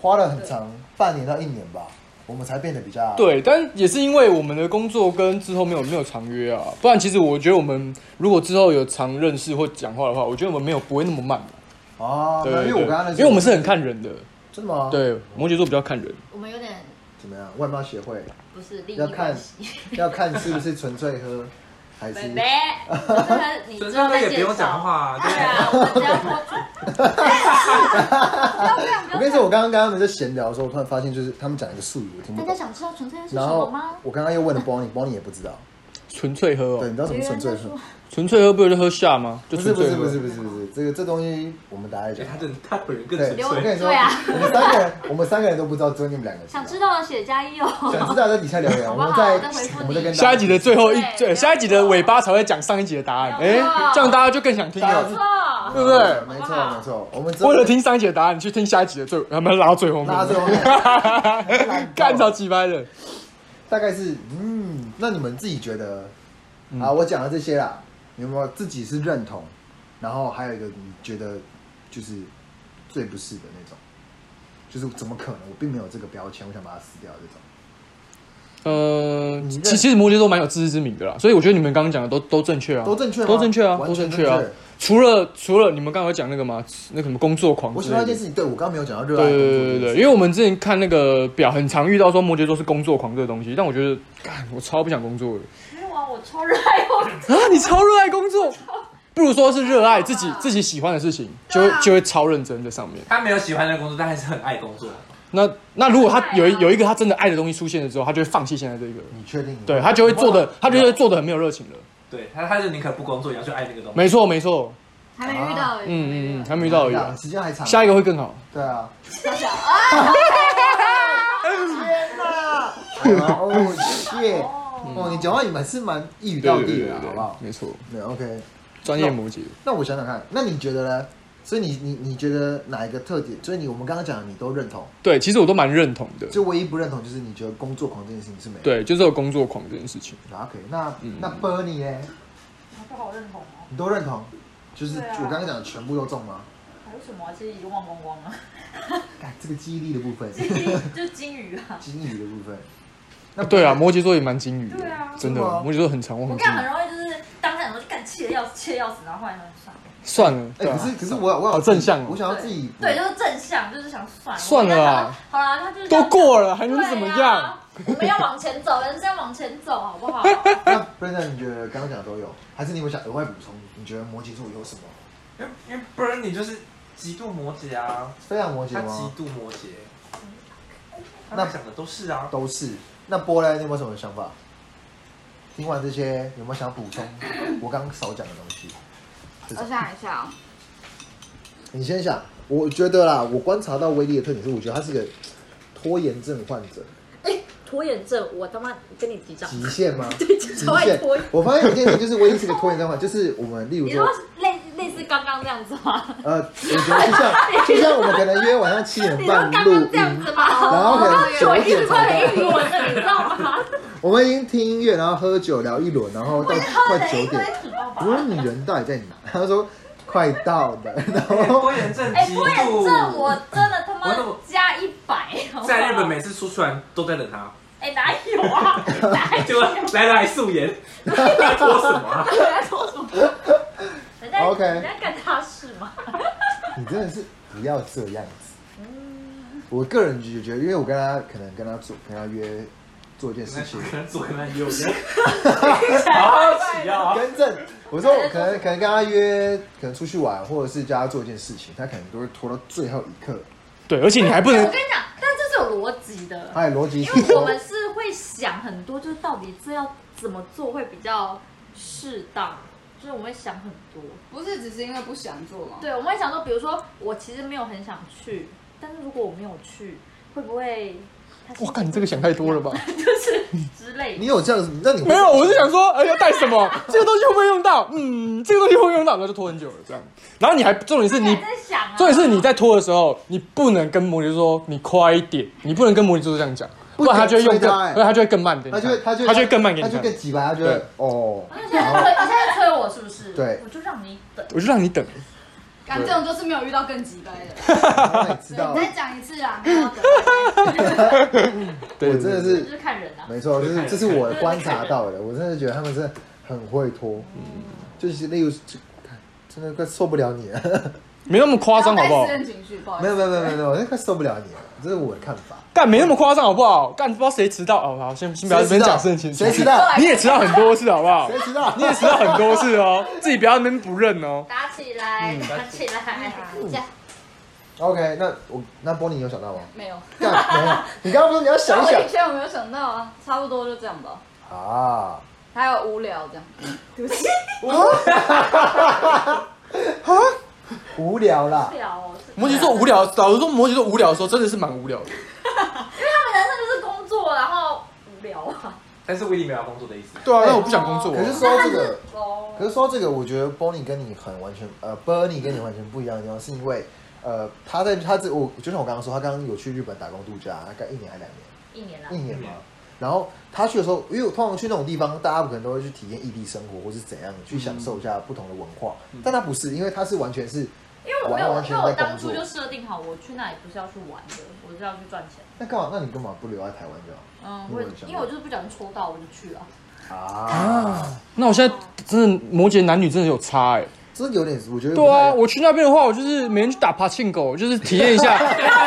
Speaker 1: 花了很长半年到一年吧，我们才变得比较
Speaker 2: 对，但也是因为我们的工作跟之后没有没有常约啊，不然其实我觉得我们如果之后有常认识或讲话的话，我觉得我们没有不会那么慢。
Speaker 1: 哦，
Speaker 2: 对，
Speaker 1: 没有因为我
Speaker 2: 对
Speaker 1: 跟他认识，
Speaker 2: 因为我们是很看人的，
Speaker 1: 真的吗？，
Speaker 2: 对，摩羯座比较看人。
Speaker 5: 我们有点
Speaker 1: 怎么样？外貌协会
Speaker 5: 不是利益
Speaker 1: 要看
Speaker 5: 关 系。
Speaker 1: 要看是不是纯粹喝，还是
Speaker 5: 妹妹，这个 你
Speaker 4: 所以
Speaker 5: 知
Speaker 4: 这
Speaker 5: 道
Speaker 4: 个
Speaker 5: 在
Speaker 4: 也
Speaker 5: 介
Speaker 4: 不用
Speaker 5: 绍
Speaker 4: 讲。话，
Speaker 5: 对
Speaker 4: 对。
Speaker 5: 啊，我只要说出
Speaker 1: 我跟你说，我刚刚跟他们在闲聊的时候，突然发现就是他们讲一个术语我听不
Speaker 5: 大
Speaker 1: 懂，
Speaker 5: 家想知道纯粹是什
Speaker 1: 然
Speaker 5: 么
Speaker 1: 后
Speaker 5: 吗？
Speaker 1: 我刚刚又问了 Bonnie，Bonnie 也不知道，
Speaker 2: 纯粹喝
Speaker 1: 对，
Speaker 2: 哦
Speaker 1: 你，知道什么纯粹
Speaker 5: 别人在
Speaker 1: 喝？
Speaker 2: 纯粹喝不就喝下吗？就
Speaker 1: 不是
Speaker 2: 纯
Speaker 1: 不
Speaker 2: 粹
Speaker 1: 是
Speaker 2: 喝哎
Speaker 1: 不是不是不是，这个这东西我们大家
Speaker 4: 对
Speaker 1: 讲
Speaker 4: 他。真的他本人更
Speaker 1: 对
Speaker 4: 纯
Speaker 5: 流
Speaker 1: 我跟
Speaker 4: 粹。
Speaker 1: 你说，
Speaker 5: 对啊
Speaker 1: 我们三个人，我们三个人都不知道，只有你们两个
Speaker 5: 想知
Speaker 1: 道。
Speaker 5: 道的写加一哦。
Speaker 1: 想知道在底下留言，
Speaker 5: 好
Speaker 1: 我
Speaker 5: 不好
Speaker 1: 们再
Speaker 5: 我再回复
Speaker 1: 我们再
Speaker 5: 你
Speaker 1: 跟
Speaker 2: 下一集的最后一，
Speaker 5: 对
Speaker 2: 对，下一集的尾巴才会讲上一集的答案，哎
Speaker 5: 没有错，
Speaker 2: 这样大家就更想听
Speaker 1: 大家
Speaker 2: 了
Speaker 1: 知。
Speaker 5: 错，
Speaker 2: 对不对
Speaker 1: 没
Speaker 5: 好不
Speaker 1: 错
Speaker 5: 好
Speaker 1: 没错，我们只有
Speaker 2: 为了听上一集的答案，你去听下一集的最，他们拉到最后面，
Speaker 1: 拉到最后面
Speaker 2: 干超鸡掰的。
Speaker 1: 大概是嗯，那你们自己觉得
Speaker 2: 嗯
Speaker 1: 啊，我讲了这些啦，你有没有自己是认同？然后还有一个你觉得就是最不是的那种，就是怎么可能？我并没有这个标签，我想把它撕掉这种。
Speaker 2: 呃，
Speaker 1: 你认
Speaker 2: 其其实摩羯座蛮有自知之明的啦，所以我觉得你们刚刚讲的都都正确啊，
Speaker 1: 都正确吗
Speaker 2: 都正确啊，
Speaker 1: 完
Speaker 2: 都
Speaker 1: 全
Speaker 2: 正确啊
Speaker 1: 正确。
Speaker 2: 除了除了你们刚刚有讲那个嘛，那个什么工作狂
Speaker 1: 我
Speaker 2: 之
Speaker 1: 想
Speaker 2: 类
Speaker 1: 到
Speaker 2: 的，
Speaker 1: 一件事情，对我刚刚没有讲到热爱
Speaker 2: 对
Speaker 1: 工
Speaker 2: 对
Speaker 1: 作
Speaker 2: 对
Speaker 1: 这件
Speaker 2: 对
Speaker 1: 事
Speaker 2: 对，因为我们之前看那个表，很常遇到说摩羯座是工作狂这个东西，但我觉得，干，我超不想工作的
Speaker 5: 没有啊，我超热爱我
Speaker 2: 啊！你超热爱工作，不如说是热爱自己自己喜欢的事情，就会
Speaker 6: 对啊
Speaker 2: 就会超认真在上面。
Speaker 4: 他没有喜欢的工作，但还是很爱工作。
Speaker 2: 那那如果他有一
Speaker 5: 对啊
Speaker 2: 有一个他真的爱的东西出现了之后，他就会放弃现在这个，
Speaker 1: 你确定？
Speaker 2: 对他就会做的，他就会做的很没有热情了。
Speaker 4: 对他，他就宁可不工作也要去爱那个东西。
Speaker 2: 没错没错，
Speaker 6: 还没遇到而
Speaker 2: 嗯
Speaker 6: 已，
Speaker 2: 嗯嗯，还
Speaker 6: 嗯，
Speaker 2: 没遇到而已
Speaker 1: 啊
Speaker 2: 啊，
Speaker 1: 时间还长。
Speaker 2: 下一个会更好。
Speaker 1: 对啊，
Speaker 6: 小小啊，
Speaker 1: 哦谢，
Speaker 2: 嗯
Speaker 1: 哦你讲话也蛮是蛮一语
Speaker 2: 对
Speaker 1: 到
Speaker 2: 对
Speaker 1: 地
Speaker 2: 对
Speaker 1: 的啊，
Speaker 2: 对
Speaker 1: 好不好？
Speaker 2: 没错，
Speaker 1: 对，OK。
Speaker 2: 专业摩羯。
Speaker 1: 那我想想看，那你觉得呢？所以你你你觉得哪一个特点？所以你我们刚刚讲的你都认同，
Speaker 2: 对，其实我都蛮认同的。
Speaker 1: 就唯一不认同就是你觉得工作狂这件事情是没有。
Speaker 2: 对，就是有工作狂这件事情。
Speaker 1: 啊，OK，那、
Speaker 2: 嗯
Speaker 1: 那 Bernie 呢？
Speaker 5: 我不好认同哦，
Speaker 1: 你都认同？就是
Speaker 5: 对啊
Speaker 1: 我刚刚讲的全部都中吗？
Speaker 5: 还有什么啊？其实已经忘光 光了，
Speaker 1: 哎，这个记忆力的部 分，
Speaker 5: 就是金鱼啊。
Speaker 1: 记忆力的部分。那
Speaker 2: 啊对啊，摩羯座也蛮金鱼的
Speaker 5: 对啊，
Speaker 2: 真的
Speaker 1: 是吗，
Speaker 2: 摩羯座很常忘
Speaker 5: 我
Speaker 2: 记
Speaker 5: 看。很容易就是当下很容易干气的要死，气的要死，然后后来呢算了，
Speaker 2: 算了，
Speaker 1: 哎、
Speaker 2: 对啊
Speaker 1: 可是可是我我
Speaker 2: 好正向哦
Speaker 1: 我想要自己
Speaker 5: 对，就是正向，就是想算了，
Speaker 2: 算了啦
Speaker 5: 我跟他讲，好啦，他就是
Speaker 2: 都过了，还
Speaker 5: 对
Speaker 2: 能
Speaker 5: 啊
Speaker 2: 怎么样？？
Speaker 5: 我们要往前走，人生要往前走，好 不好？
Speaker 1: 那 Brenda，你觉得刚刚讲的都有，还是你有想额外补充？你觉得摩羯座有什么
Speaker 4: 因为因为 Bernie 就是极度摩羯啊，
Speaker 1: 非常摩
Speaker 4: 他
Speaker 1: 羯
Speaker 4: 极
Speaker 1: 吗？
Speaker 4: 度摩羯，他
Speaker 1: 那
Speaker 4: 想的都是啊。
Speaker 1: 都是。那波兰，你有没有什么想法？听完这些，有没有想补充我刚刚少讲的东西？是什
Speaker 3: 我
Speaker 1: 么
Speaker 3: 想一下哦，
Speaker 1: 你先想，我觉得啦，我观察到威力的特点是，我觉得他是个拖延症患者，
Speaker 5: 拖延症，我他妈跟你击掌。
Speaker 1: 极限 吗？极
Speaker 5: 超爱
Speaker 1: 限
Speaker 5: 拖延。
Speaker 1: 我发现有一件事情就是威力是个拖延症患者，就是我们例如
Speaker 5: 你说
Speaker 1: 说，
Speaker 5: 类类似刚刚这样子吗？
Speaker 1: 呃，我觉得就像就像我们可能约晚上七点
Speaker 5: 你说
Speaker 1: 半
Speaker 5: 刚刚
Speaker 1: 录
Speaker 5: 这样
Speaker 1: 音，
Speaker 5: 子吗？
Speaker 1: 然后可能
Speaker 5: 我
Speaker 1: 九
Speaker 5: 一
Speaker 1: 点
Speaker 5: 直
Speaker 1: 才
Speaker 5: 在
Speaker 1: 到。
Speaker 5: 英语文的，你知道吗？
Speaker 1: 我们已经听音乐，然后喝酒聊一轮，然后到快九点，我说你人到底在哪？ 他说快到了， 然
Speaker 4: 哎
Speaker 1: 后
Speaker 4: 拖延症
Speaker 5: 哎，
Speaker 4: 极
Speaker 5: 拖延症
Speaker 4: 度，
Speaker 5: 我真的他妈
Speaker 4: 我怎么
Speaker 5: 加一百，好不好
Speaker 4: 在日本每次出去玩都在等他，
Speaker 5: 哎哪有 啊？哪有？
Speaker 4: 结果来了还素颜，在拖什么啊？
Speaker 5: 人家说什么？人家
Speaker 1: OK
Speaker 5: 人家干大事吗？
Speaker 1: 你真的是不要这样子。我个人就觉得，因为我跟他可能跟他做跟他约做一件事情，
Speaker 2: 嗯
Speaker 4: 可能左跟他右边，好好奇啊！
Speaker 1: 更正，我说我可能可能跟他约，可能出去玩，或者是叫他做一件事情，他可能都会拖到最后一刻。
Speaker 2: 对，而且你还不
Speaker 5: 我
Speaker 2: 能
Speaker 5: 跟，你讲，但这是有逻辑的。
Speaker 1: 哎，逻辑
Speaker 5: 因
Speaker 1: 是
Speaker 5: 为我
Speaker 1: 说
Speaker 5: 们是会想很多，就是到底这要怎么做会比较适当，就是我们会想很多。
Speaker 3: 不是只是因为不想做吗？
Speaker 5: 对，我们会想说，比如说我其实没有很想去，但是如果我没有去，会不会他心情？
Speaker 2: 我靠，你这个想太多了吧？
Speaker 5: 就是之类
Speaker 1: 你
Speaker 5: 的。
Speaker 1: 有这样子，那你会
Speaker 2: 没有，我是想说，哎，要带什么？这个东西会不会用到？嗯，这个东西会不会用到，然后就拖很久了这样。然后你还重点是你
Speaker 5: 还在想啊，
Speaker 2: 重点是你在拖的时候，你不能跟摩羯说你快一点，你不能跟摩羯座这样讲，不然他就会用
Speaker 1: 不
Speaker 2: 更，
Speaker 1: 能催他哎
Speaker 2: 不然他就会更慢给你
Speaker 1: 他
Speaker 2: 看，
Speaker 1: 就会他就
Speaker 2: 他就会更慢给
Speaker 1: 他
Speaker 2: 你
Speaker 1: 就
Speaker 2: 看。
Speaker 1: 更急吧，他就会
Speaker 2: 对
Speaker 1: 哦，
Speaker 5: 你现在催，你现在催我是不是？
Speaker 1: 对
Speaker 5: 我就让你等。
Speaker 2: 我就让你等，
Speaker 3: 感这种就是没有遇到更急掰的。
Speaker 1: 然后哦你知道
Speaker 3: 对，你
Speaker 1: 了，
Speaker 3: 再讲一次 啊，没有的。
Speaker 2: 对，
Speaker 1: 我真的是
Speaker 5: 就是看人啊，
Speaker 1: 没错，就是这是我观察到的，我真的觉得他们真的很会拖，
Speaker 2: 嗯
Speaker 1: 就是例如，就看真的快受不了你 了，
Speaker 2: 没那么夸张，好不好
Speaker 3: 私？人情绪，不好意
Speaker 1: 没有
Speaker 3: 思。
Speaker 1: 没有没有没有没有，我真的快受不了你了，这是我的看法。
Speaker 2: 干没那么夸张，好不好？干不知道谁迟到哦，好，先先不要
Speaker 1: 谁
Speaker 2: 先
Speaker 1: 知道
Speaker 2: 讲事情，
Speaker 1: 谁知道？
Speaker 2: 你也迟到很多次，好不好
Speaker 1: 谁？知道？
Speaker 2: 你也迟到很多次哦，自己不要那边不认哦。
Speaker 5: 打起来，
Speaker 1: 嗯
Speaker 5: 打起来，这样
Speaker 1: OK，那我那波你有想到吗？
Speaker 3: 没有，
Speaker 1: 干没有，你刚刚说你要想一
Speaker 3: 我
Speaker 1: 想
Speaker 3: 以前我没有想到啊，差不多就这样吧。
Speaker 1: 啊，
Speaker 3: 还有无聊这样，
Speaker 1: 啊 无聊啦
Speaker 5: 不，了哦。是
Speaker 1: 嗯
Speaker 2: 摩羯座无聊，老实说，摩羯座无聊的时候真的是蛮无聊的。
Speaker 5: 他们男生就是工作，然后无聊啊。
Speaker 4: 但是威利没有要工作的意思，
Speaker 2: 对啊，那我不想工作啊。
Speaker 1: 可是说到这个。
Speaker 5: 哦
Speaker 1: 可是说到这个，我觉得 Bonnie 跟你很完全，呃，Bernie 跟你完全不一样的地方，是因为，呃，他在他这，我就像我刚刚说，他刚刚有去日本打工度假，大概一年还两年，
Speaker 5: 一年了，
Speaker 1: 一年嘛
Speaker 5: 嗯
Speaker 4: 一年。
Speaker 1: 然后他去的时候，因为我通常去那种地方，大家可能都会去体验异地生活，或是怎样去享受一下不同的文化。但他不是，因为他是完全是，
Speaker 5: 嗯因为我没有，
Speaker 1: 完完全
Speaker 5: 因为
Speaker 1: 在
Speaker 5: 我
Speaker 1: 工
Speaker 5: 当初
Speaker 1: 作
Speaker 5: 就设定好，我去那里不是要去玩的，我是要去赚钱。
Speaker 1: 那干嘛？那你干嘛不留在台湾就
Speaker 5: 嗯，
Speaker 1: 你
Speaker 5: 我
Speaker 1: 有没有想
Speaker 5: 因为我就是不小心抽到，我就去了。
Speaker 1: 好？啊，
Speaker 2: 那我现在真的摩羯男女真的有差哎、
Speaker 1: 这有点，我觉得不
Speaker 2: 对啊，
Speaker 1: 太
Speaker 2: 我去那边的话，我就是每天去打爬庆狗，就是体验一下，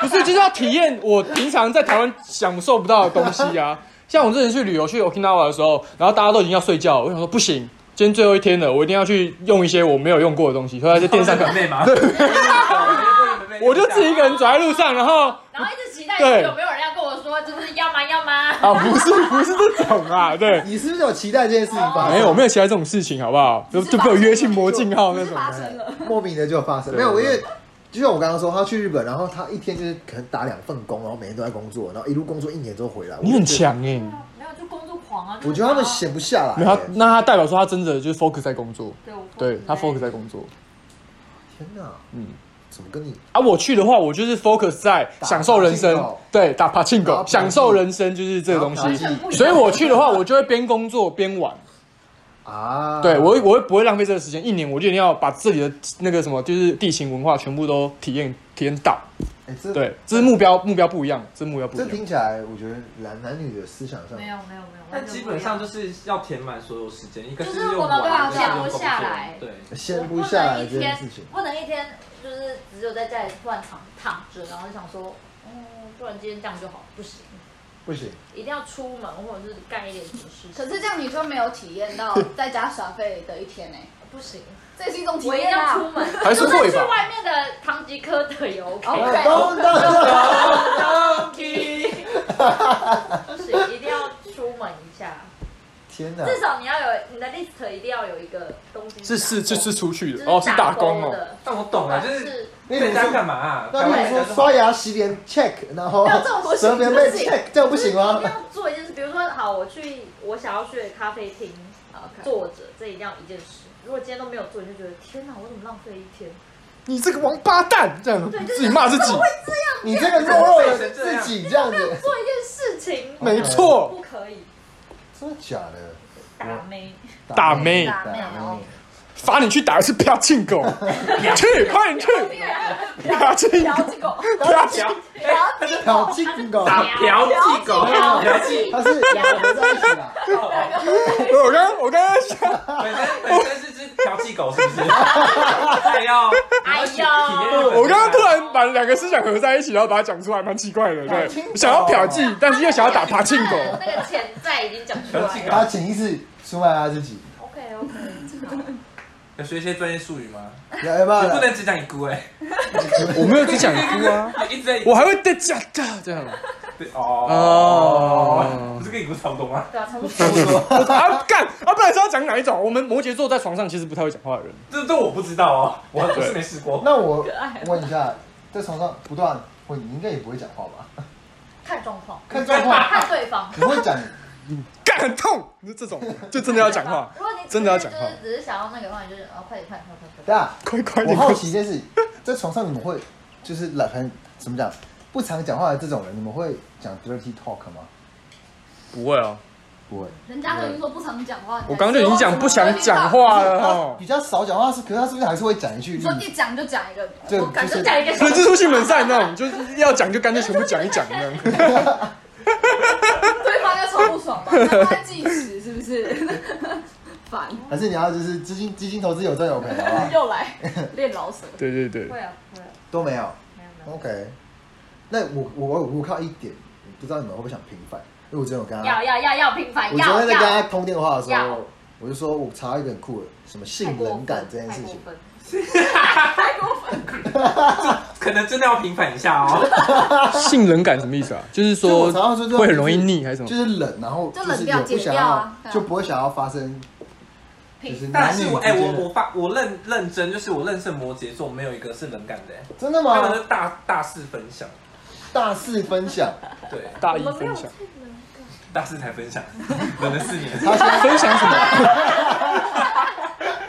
Speaker 2: 不是就是要体验我平常在台湾享受不到的东西啊。 像我之前去旅游去 Okinawa 的时候，然后大家都已经要睡觉了，我想说不行，今天最后一天了，我一定要去用一些我没有用过的东西，所 以在电商
Speaker 4: 门
Speaker 2: 看，
Speaker 4: 妹 吗？对
Speaker 2: 我就自己一个人走在路上，然后
Speaker 5: 然后一直期待
Speaker 2: 对
Speaker 5: 有没有人要跟我说，就是要吗要吗？
Speaker 2: 啊，不是不是这种啊，对，哎
Speaker 1: 你是不是有期待这件事情发生？
Speaker 2: 没有没有期待这种事情，好不好？就就被我约进魔镜号 那种。
Speaker 6: 发生了，
Speaker 1: 莫名的就发生，
Speaker 2: 对
Speaker 1: 没有，
Speaker 2: 对
Speaker 1: 因为就像我刚刚说，他去日本，然后他一天就是可能打两份工，然后每天都在工作，然后一路工作一年之后回来。
Speaker 2: 你
Speaker 1: 我
Speaker 2: 很
Speaker 1: 就觉得，
Speaker 2: 强哎、
Speaker 5: 没有，就工作狂啊。
Speaker 1: 我觉得他们闲不下来
Speaker 2: 没有他
Speaker 1: 耶。，
Speaker 2: 那他代表说他真的就是 focus 在工作，
Speaker 5: 对我
Speaker 2: 对他 focus 在
Speaker 5: 作。
Speaker 2: 工作。
Speaker 1: 天哪，
Speaker 2: 嗯，
Speaker 1: 怎么跟你
Speaker 2: 啊，我去的话，我就是 focus 在享受人
Speaker 1: 打 pachinko
Speaker 2: 生，对，打 p a c h i n
Speaker 1: 打
Speaker 2: o
Speaker 1: pachinko
Speaker 2: 享受人生就是这个东
Speaker 1: 完
Speaker 2: 西
Speaker 1: 全。
Speaker 3: 不一样
Speaker 2: 所以我去的话，我就会边工作边玩。
Speaker 1: 啊？
Speaker 2: 对我会，我会不会浪费这个时间？一年我就一定要把这里的那个什么，就是地形文化全部都体验体验到。
Speaker 1: 哎，这
Speaker 2: 对，这是目标，目标不一样，嗯这是目标不一
Speaker 1: 这
Speaker 2: 样。
Speaker 1: 听起来，我觉得男男女的思想上
Speaker 5: 没有没有没有，
Speaker 4: 但基本上就是是要填满所有时间，一个
Speaker 5: 就是
Speaker 4: 用
Speaker 5: 我们
Speaker 4: 玩
Speaker 5: 把
Speaker 4: 一个
Speaker 5: 它
Speaker 4: 是用
Speaker 5: 留
Speaker 4: 工
Speaker 5: 下
Speaker 4: 作
Speaker 5: 来
Speaker 4: 对，
Speaker 1: 先
Speaker 5: 不
Speaker 1: 不
Speaker 5: 能
Speaker 1: 下来
Speaker 5: 一
Speaker 1: 这件
Speaker 5: 天
Speaker 1: 事情，
Speaker 5: 不能一天就是只有在家里突然躺躺着，然后就想说，嗯，突然今天这样就好，不行，
Speaker 1: 不行。
Speaker 5: 一定要出门或者是干一点什么事情。
Speaker 6: 可是这样你就没有体验 到在家耍废的一天呢、
Speaker 5: 不行，
Speaker 6: 这也是一种体
Speaker 5: 我一定
Speaker 6: 验啊
Speaker 5: 要
Speaker 6: 啦
Speaker 5: 出。门，
Speaker 2: 还是
Speaker 5: 就
Speaker 2: 会
Speaker 5: 是去
Speaker 2: 吧
Speaker 5: 外面的唐吉诃德也 OK。
Speaker 1: 当当
Speaker 5: 不行，一定要出门一下，
Speaker 1: 天哪！
Speaker 5: 至少你要有你的 list 一定要有一个东西
Speaker 2: 是是
Speaker 5: 打
Speaker 2: 就
Speaker 5: 勾
Speaker 2: 是出去的
Speaker 5: 就
Speaker 2: 哦，
Speaker 5: 是
Speaker 2: 是打工
Speaker 5: 勾
Speaker 2: 哦。
Speaker 5: 的，
Speaker 4: 但我懂了，啊就是
Speaker 5: 是
Speaker 1: 那
Speaker 4: 在
Speaker 1: 你
Speaker 4: 家
Speaker 1: 说，
Speaker 4: 干嘛啊？
Speaker 1: 那你说刷牙、洗脸 check，然后
Speaker 6: 没有这种不行
Speaker 1: 折棉被
Speaker 6: 不行
Speaker 1: check，这样不行
Speaker 5: 一
Speaker 1: 吗
Speaker 5: 定？要做一件事，比如说好，我去我想要去的咖啡厅呃
Speaker 6: OK，
Speaker 5: 坐着，这一定要一件事。如果今天都没有做，你就觉得天哪，我怎么浪费一天？
Speaker 2: 你这个王八蛋，这样
Speaker 5: 对就是
Speaker 2: 自己骂自己，
Speaker 1: 你这个弱弱的自己这样子，
Speaker 5: 做一件事情
Speaker 2: 没错，
Speaker 5: 不可以
Speaker 1: 真的假的？
Speaker 5: 打妹，
Speaker 2: 打妹
Speaker 1: 打妹
Speaker 5: 打妹
Speaker 2: 罚你去打一次嫖庆狗， 去，快点去，嫖庆狗，
Speaker 6: 这个
Speaker 2: 嫖庆狗，
Speaker 1: 挑衅狗，
Speaker 4: 打嫖妓狗， 嫖妓，
Speaker 1: 他是两个在一起啦。
Speaker 2: 我刚我刚刚想，
Speaker 4: 哦本身本身是只嫖妓狗，是不是？ 哎呦，
Speaker 5: 哎 呦
Speaker 2: 我刚刚突然把两个思想合在一起，然后把它讲出来，蛮奇怪的，
Speaker 1: 嫖庆狗
Speaker 2: 对，想要嫖妓，但是又想要打爬庆狗，
Speaker 5: 哎那个潜在已经讲出来
Speaker 4: 嫖妓
Speaker 5: 了。
Speaker 4: 狗
Speaker 1: 他潜意识出卖他自己，
Speaker 5: OK OK，
Speaker 4: 有学一些专业术语吗？
Speaker 1: 要不
Speaker 4: 你不
Speaker 1: 要？
Speaker 4: 能只讲一姑哎，
Speaker 2: 我没有只想哭啊，
Speaker 4: 一直在
Speaker 2: 我还会再讲的这样，
Speaker 4: 对哦
Speaker 2: 哦，
Speaker 4: 不是跟你姑差不多吗？
Speaker 5: 对啊，差不多。
Speaker 2: 啊干，啊不然是要讲哪一种？我们摩羯座在床上其实不太会讲话的人，
Speaker 4: 这这我不知道哦，我我是没试过。
Speaker 1: 那我问一下，在床上不断，问，你应该也不会讲话吧？
Speaker 5: 看状况，
Speaker 1: 看状况，
Speaker 5: 看对方。
Speaker 1: 你会讲
Speaker 2: 干很痛，这种就真的要讲 话，
Speaker 5: 如果你
Speaker 2: 真的要讲话
Speaker 5: 就是只是想要那个的话，你就是哦，快点快点快点快点。
Speaker 1: 对啊。
Speaker 2: 快快
Speaker 1: 我
Speaker 2: 点，
Speaker 1: 好奇一件事，在床上你们会就是懒很怎么讲，不常讲话的这种人，你们会讲 dirty talk 吗？
Speaker 2: 不会啊，
Speaker 1: 不会，
Speaker 6: 人家都已经说不常讲话，
Speaker 2: 我刚刚就已经讲不想讲话了哦。
Speaker 1: 比较少讲话是，可是他是不是还是会讲一句
Speaker 6: 你
Speaker 1: 例
Speaker 6: 说
Speaker 1: 子？
Speaker 6: 一讲就讲一个，
Speaker 1: 这
Speaker 5: 我感
Speaker 1: 就
Speaker 5: 觉
Speaker 1: 是
Speaker 5: 讲一个小
Speaker 2: 所以就是性本善那种，就是要讲就干脆全部讲一讲那样。
Speaker 6: 对方要超不爽吧？他在计时是不是？ 烦，
Speaker 1: 还是你要就是基金基金投资有赚有赔，好不
Speaker 2: 哦
Speaker 1: 好？
Speaker 6: 又来练老 手。
Speaker 2: 对对对，
Speaker 5: 会啊会啊，
Speaker 1: 都没有。
Speaker 5: 没有没有。
Speaker 1: OK，那我我我我看到一点，不知道你们会不会想平反，因为我昨天有跟他，
Speaker 5: 要要要要频繁
Speaker 1: 我昨
Speaker 5: 要
Speaker 1: 天在跟他
Speaker 5: 要，
Speaker 1: 通电话的时
Speaker 5: 要
Speaker 1: 候，我就说我查到一个很酷的什么
Speaker 5: 太
Speaker 1: 性
Speaker 5: 过
Speaker 1: 冷
Speaker 5: 分
Speaker 1: 感这件
Speaker 5: 太
Speaker 1: 事
Speaker 5: 过
Speaker 1: 情，
Speaker 5: 分。
Speaker 4: 可能真的要平反一下哦。
Speaker 2: 性冷感什么意思啊？就是
Speaker 1: 就
Speaker 2: 说
Speaker 1: 我常常说
Speaker 2: 会很容易腻还是什
Speaker 1: 就
Speaker 2: 么？
Speaker 1: 是冷，然后
Speaker 6: 就是冷
Speaker 1: 也
Speaker 6: 掉
Speaker 1: 不
Speaker 6: 解
Speaker 1: 想
Speaker 6: 掉
Speaker 1: 要
Speaker 6: 啊，
Speaker 1: 就不会想要发生，就是
Speaker 4: 但
Speaker 1: 男女
Speaker 4: 是
Speaker 1: 之
Speaker 4: 我哎、
Speaker 1: 间
Speaker 4: 我
Speaker 1: 的
Speaker 4: 我发我认认真，就是我认识的摩羯座没有一个是冷感的、哎
Speaker 1: 真的
Speaker 4: 他们
Speaker 1: 吗？
Speaker 4: 是大大事分享，
Speaker 1: 大事分享，
Speaker 4: 对，
Speaker 2: 大一分享，
Speaker 4: 大事才分享，冷了四年，
Speaker 1: 他现在
Speaker 2: 分享什么？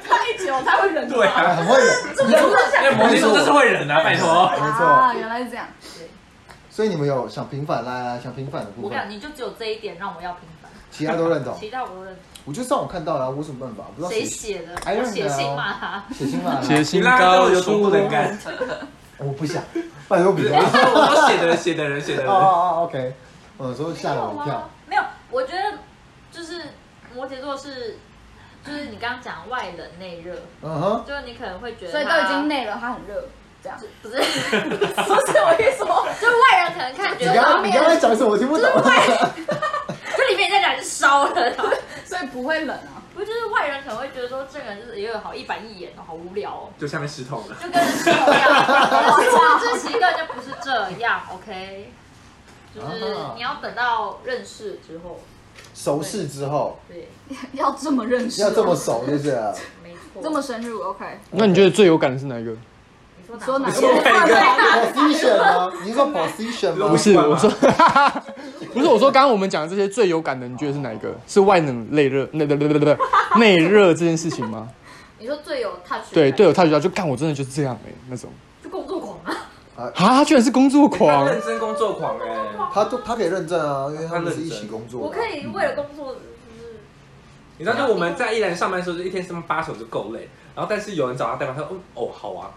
Speaker 6: 他一久他会忍
Speaker 4: 对
Speaker 1: 哎
Speaker 4: 啊，
Speaker 1: 很会哎冷，
Speaker 4: 因为摩羯座就是会忍啊，拜托。
Speaker 1: 没
Speaker 6: 啊，
Speaker 1: 错。
Speaker 6: 原来是这样。
Speaker 1: 所以你们有想平反来来想平反的部
Speaker 5: 我跟你讲，
Speaker 1: 分，
Speaker 5: 你就只有这一点让我要平凡，
Speaker 1: 其他都认同。
Speaker 5: 其他我都认。
Speaker 1: 我就上网看到了，我有什么办法？我不知道谁
Speaker 5: 谁写的？
Speaker 1: I don't
Speaker 5: 我写信骂他。
Speaker 1: 写信 嘛？
Speaker 2: 写
Speaker 4: 你
Speaker 2: 信
Speaker 4: 拉到
Speaker 2: 高
Speaker 4: 有多
Speaker 2: 书
Speaker 4: 不能干？
Speaker 1: 我不想，拜托
Speaker 4: 不
Speaker 1: 别
Speaker 4: 是，
Speaker 1: 人。
Speaker 4: 我说我说写的人写的人写的
Speaker 1: 哦
Speaker 4: 人，
Speaker 1: 哦哦，OK，我说吓了我一跳。
Speaker 5: 没有，我觉得就是摩羯座是，就是你刚刚讲外冷内热，
Speaker 1: 嗯哼，
Speaker 5: 就是你可能会觉得
Speaker 6: 所以都
Speaker 5: 他
Speaker 6: 已经内了，他很热，这样。
Speaker 5: 不是，就
Speaker 6: 不是我一说，
Speaker 5: 外人可能看
Speaker 1: 你
Speaker 5: 觉
Speaker 1: 刚
Speaker 5: 得
Speaker 1: 刚你刚才讲什么？我听不懂。
Speaker 5: 这里面在燃烧 了，
Speaker 6: 所以不会冷啊。
Speaker 5: 不就是外人可能会觉得说这个人就是也有好一板一眼哦，好无聊 哦，
Speaker 4: 就下面石头了。
Speaker 5: 就跟人是一样，但是这习惯就不是这样，OK。
Speaker 2: 啊
Speaker 5: 就是你要等到认识之后，
Speaker 1: 熟识之后
Speaker 5: 对，
Speaker 3: 要这么认识哦，
Speaker 1: 要这么熟就是啊了。
Speaker 5: 没错。
Speaker 3: 这么深入，OK？
Speaker 5: 哎
Speaker 2: 那你觉得最有感的是哪一个？
Speaker 5: 你说
Speaker 3: 你
Speaker 5: 哪
Speaker 3: 说哪
Speaker 5: 个
Speaker 3: 些话对哪
Speaker 1: position 吗？你是说 position 吗？
Speaker 2: 不是，
Speaker 4: 管吗
Speaker 2: 我说， 不是我说，刚刚我们讲的这些最有感的，你觉得是哪一个？是外冷内热，内对对对对，内热这件事情吗？
Speaker 5: 你说最有 touch
Speaker 2: 对，
Speaker 5: 的
Speaker 2: 对我他觉得就干，我真的就是这样哎、那种
Speaker 5: 就工作狂啊，
Speaker 2: 啊，他居然是工作
Speaker 4: 他
Speaker 2: 狂，
Speaker 4: 认真工作狂哎，
Speaker 1: 他都他可以认证啊，因为他们是一起工作的。
Speaker 5: 我可以为了工作就是
Speaker 4: 你知道，就我们在宜兰上班的时候，就一天上班八小时就够累，然后但是有人找他代班，他说哦哦好啊，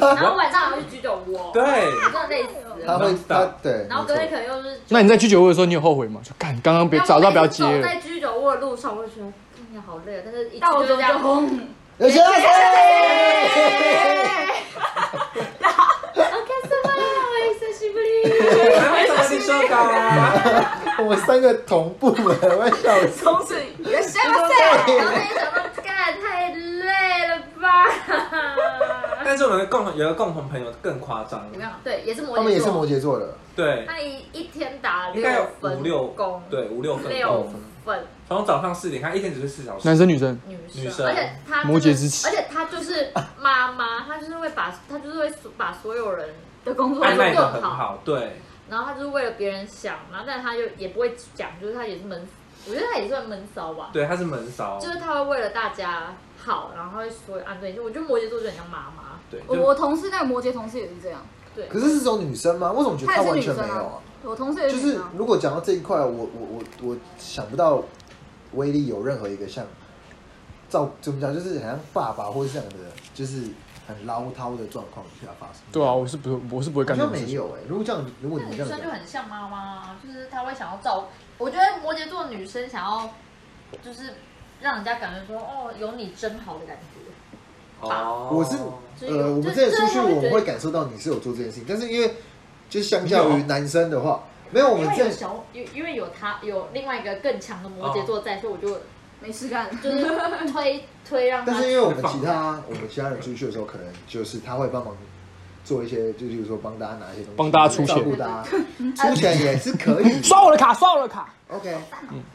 Speaker 5: 然后晚上还要去居酒屋哦，
Speaker 4: 对，
Speaker 5: 真的累死
Speaker 1: 他
Speaker 5: 了。
Speaker 1: 会他对，
Speaker 5: 然后
Speaker 1: 没
Speaker 5: 隔
Speaker 1: 错
Speaker 5: 天可能又是，
Speaker 2: 那你在居酒屋的时候，你有后悔吗？就干，刚刚别早知道不要接
Speaker 5: 我每次走
Speaker 2: 了。
Speaker 5: 在居酒屋的路上，我就觉得哎呀好累啊，但是一去
Speaker 3: 到
Speaker 5: 就
Speaker 3: 时
Speaker 5: 这
Speaker 3: 候就
Speaker 5: 样，
Speaker 3: 轰，
Speaker 1: 有啊些
Speaker 4: 还会找你说高啊，
Speaker 1: 我们三个同步了，我要笑 死。
Speaker 3: 从此你的下巴
Speaker 5: 然后那一想到干太累了吧。
Speaker 4: 但是我们的共同有一个共同朋友更夸张
Speaker 5: 怎，么样？对，也是摩羯座，
Speaker 1: 他们也是摩羯座的，
Speaker 4: 对
Speaker 5: 他一一天打
Speaker 4: 应该有
Speaker 5: 六
Speaker 4: 五
Speaker 5: 分
Speaker 4: 六
Speaker 5: 工，
Speaker 4: 对五六分
Speaker 5: 六
Speaker 4: 工，
Speaker 5: 分
Speaker 4: 从早上四点，他一天只睡四小时
Speaker 2: 男，生女生，
Speaker 5: 女生，
Speaker 4: 女生
Speaker 5: 而且他
Speaker 2: 摩羯之
Speaker 5: 之
Speaker 2: 妻
Speaker 5: 而且他就是妈妈，他就是会把，他就是会把所有人，
Speaker 3: 的工作
Speaker 4: 爱
Speaker 5: 哎
Speaker 4: 卖的
Speaker 5: 工
Speaker 4: 很
Speaker 5: 作好
Speaker 4: 好，对，
Speaker 5: 然后他就是为了别人想，然后但他就也不会讲，就是他也是闷，我觉得他也算闷骚吧，
Speaker 4: 对，他是闷骚，
Speaker 5: 就是他会为了大家好，然后他会说啊对，我觉得摩羯座就很像妈妈，
Speaker 4: 对，
Speaker 3: 我
Speaker 4: 就
Speaker 3: 我同事那个摩羯同事也是这样，
Speaker 5: 对，
Speaker 1: 可是是只有女生吗？为什么我觉得
Speaker 3: 她
Speaker 1: 她
Speaker 3: 也是
Speaker 1: 完
Speaker 3: 女
Speaker 1: 全
Speaker 3: 生
Speaker 1: 没有啊
Speaker 3: 啊？，我同事也
Speaker 1: 就是
Speaker 3: 女
Speaker 1: 是
Speaker 3: 生啊，
Speaker 5: 嗯
Speaker 1: 如果讲到这一块，我我我我想不到威力有任何一个像照怎么讲，就是好像爸爸或是这样的，就是很唠叨的状况下发生。
Speaker 2: 对啊，我是不，我是不会
Speaker 1: 好
Speaker 2: 干这
Speaker 1: 像
Speaker 2: 种事
Speaker 1: 没
Speaker 2: 情。
Speaker 1: 有哎、如果这样，如果
Speaker 5: 那
Speaker 1: 你
Speaker 5: 女
Speaker 1: 这样
Speaker 5: 生就
Speaker 1: 讲，
Speaker 5: 很像妈妈，就是她会想要照。我觉得摩羯座女生想要，就是让人家感觉说，哦，有你真好的感觉。
Speaker 4: 哦
Speaker 1: 我是
Speaker 5: 所以
Speaker 1: 呃，我们
Speaker 5: 就
Speaker 1: 之前出
Speaker 5: 就是
Speaker 1: 去
Speaker 5: 他
Speaker 1: 我
Speaker 5: 会觉
Speaker 1: 们
Speaker 5: 得
Speaker 1: 会感受到你是有做这件事情，但是因为就相较
Speaker 4: 没
Speaker 2: 啊
Speaker 1: 于
Speaker 4: 有
Speaker 1: 男生的话，没有我
Speaker 5: 因
Speaker 1: 们
Speaker 5: 为有
Speaker 1: 这
Speaker 5: 小，因因为有他有另外一个更强的摩羯
Speaker 2: 哦
Speaker 5: 座在，所以我就
Speaker 3: 没事干，
Speaker 5: 就是推 推让他
Speaker 1: 但是因为我们其他我们其他人出去的时候，可能就是他会帮忙做一些，就比如说帮大家拿一些东西，
Speaker 2: 帮大家出钱
Speaker 1: 照顾大 家，出钱也是可 以。
Speaker 2: 刷我的卡，刷我的卡。
Speaker 1: OK，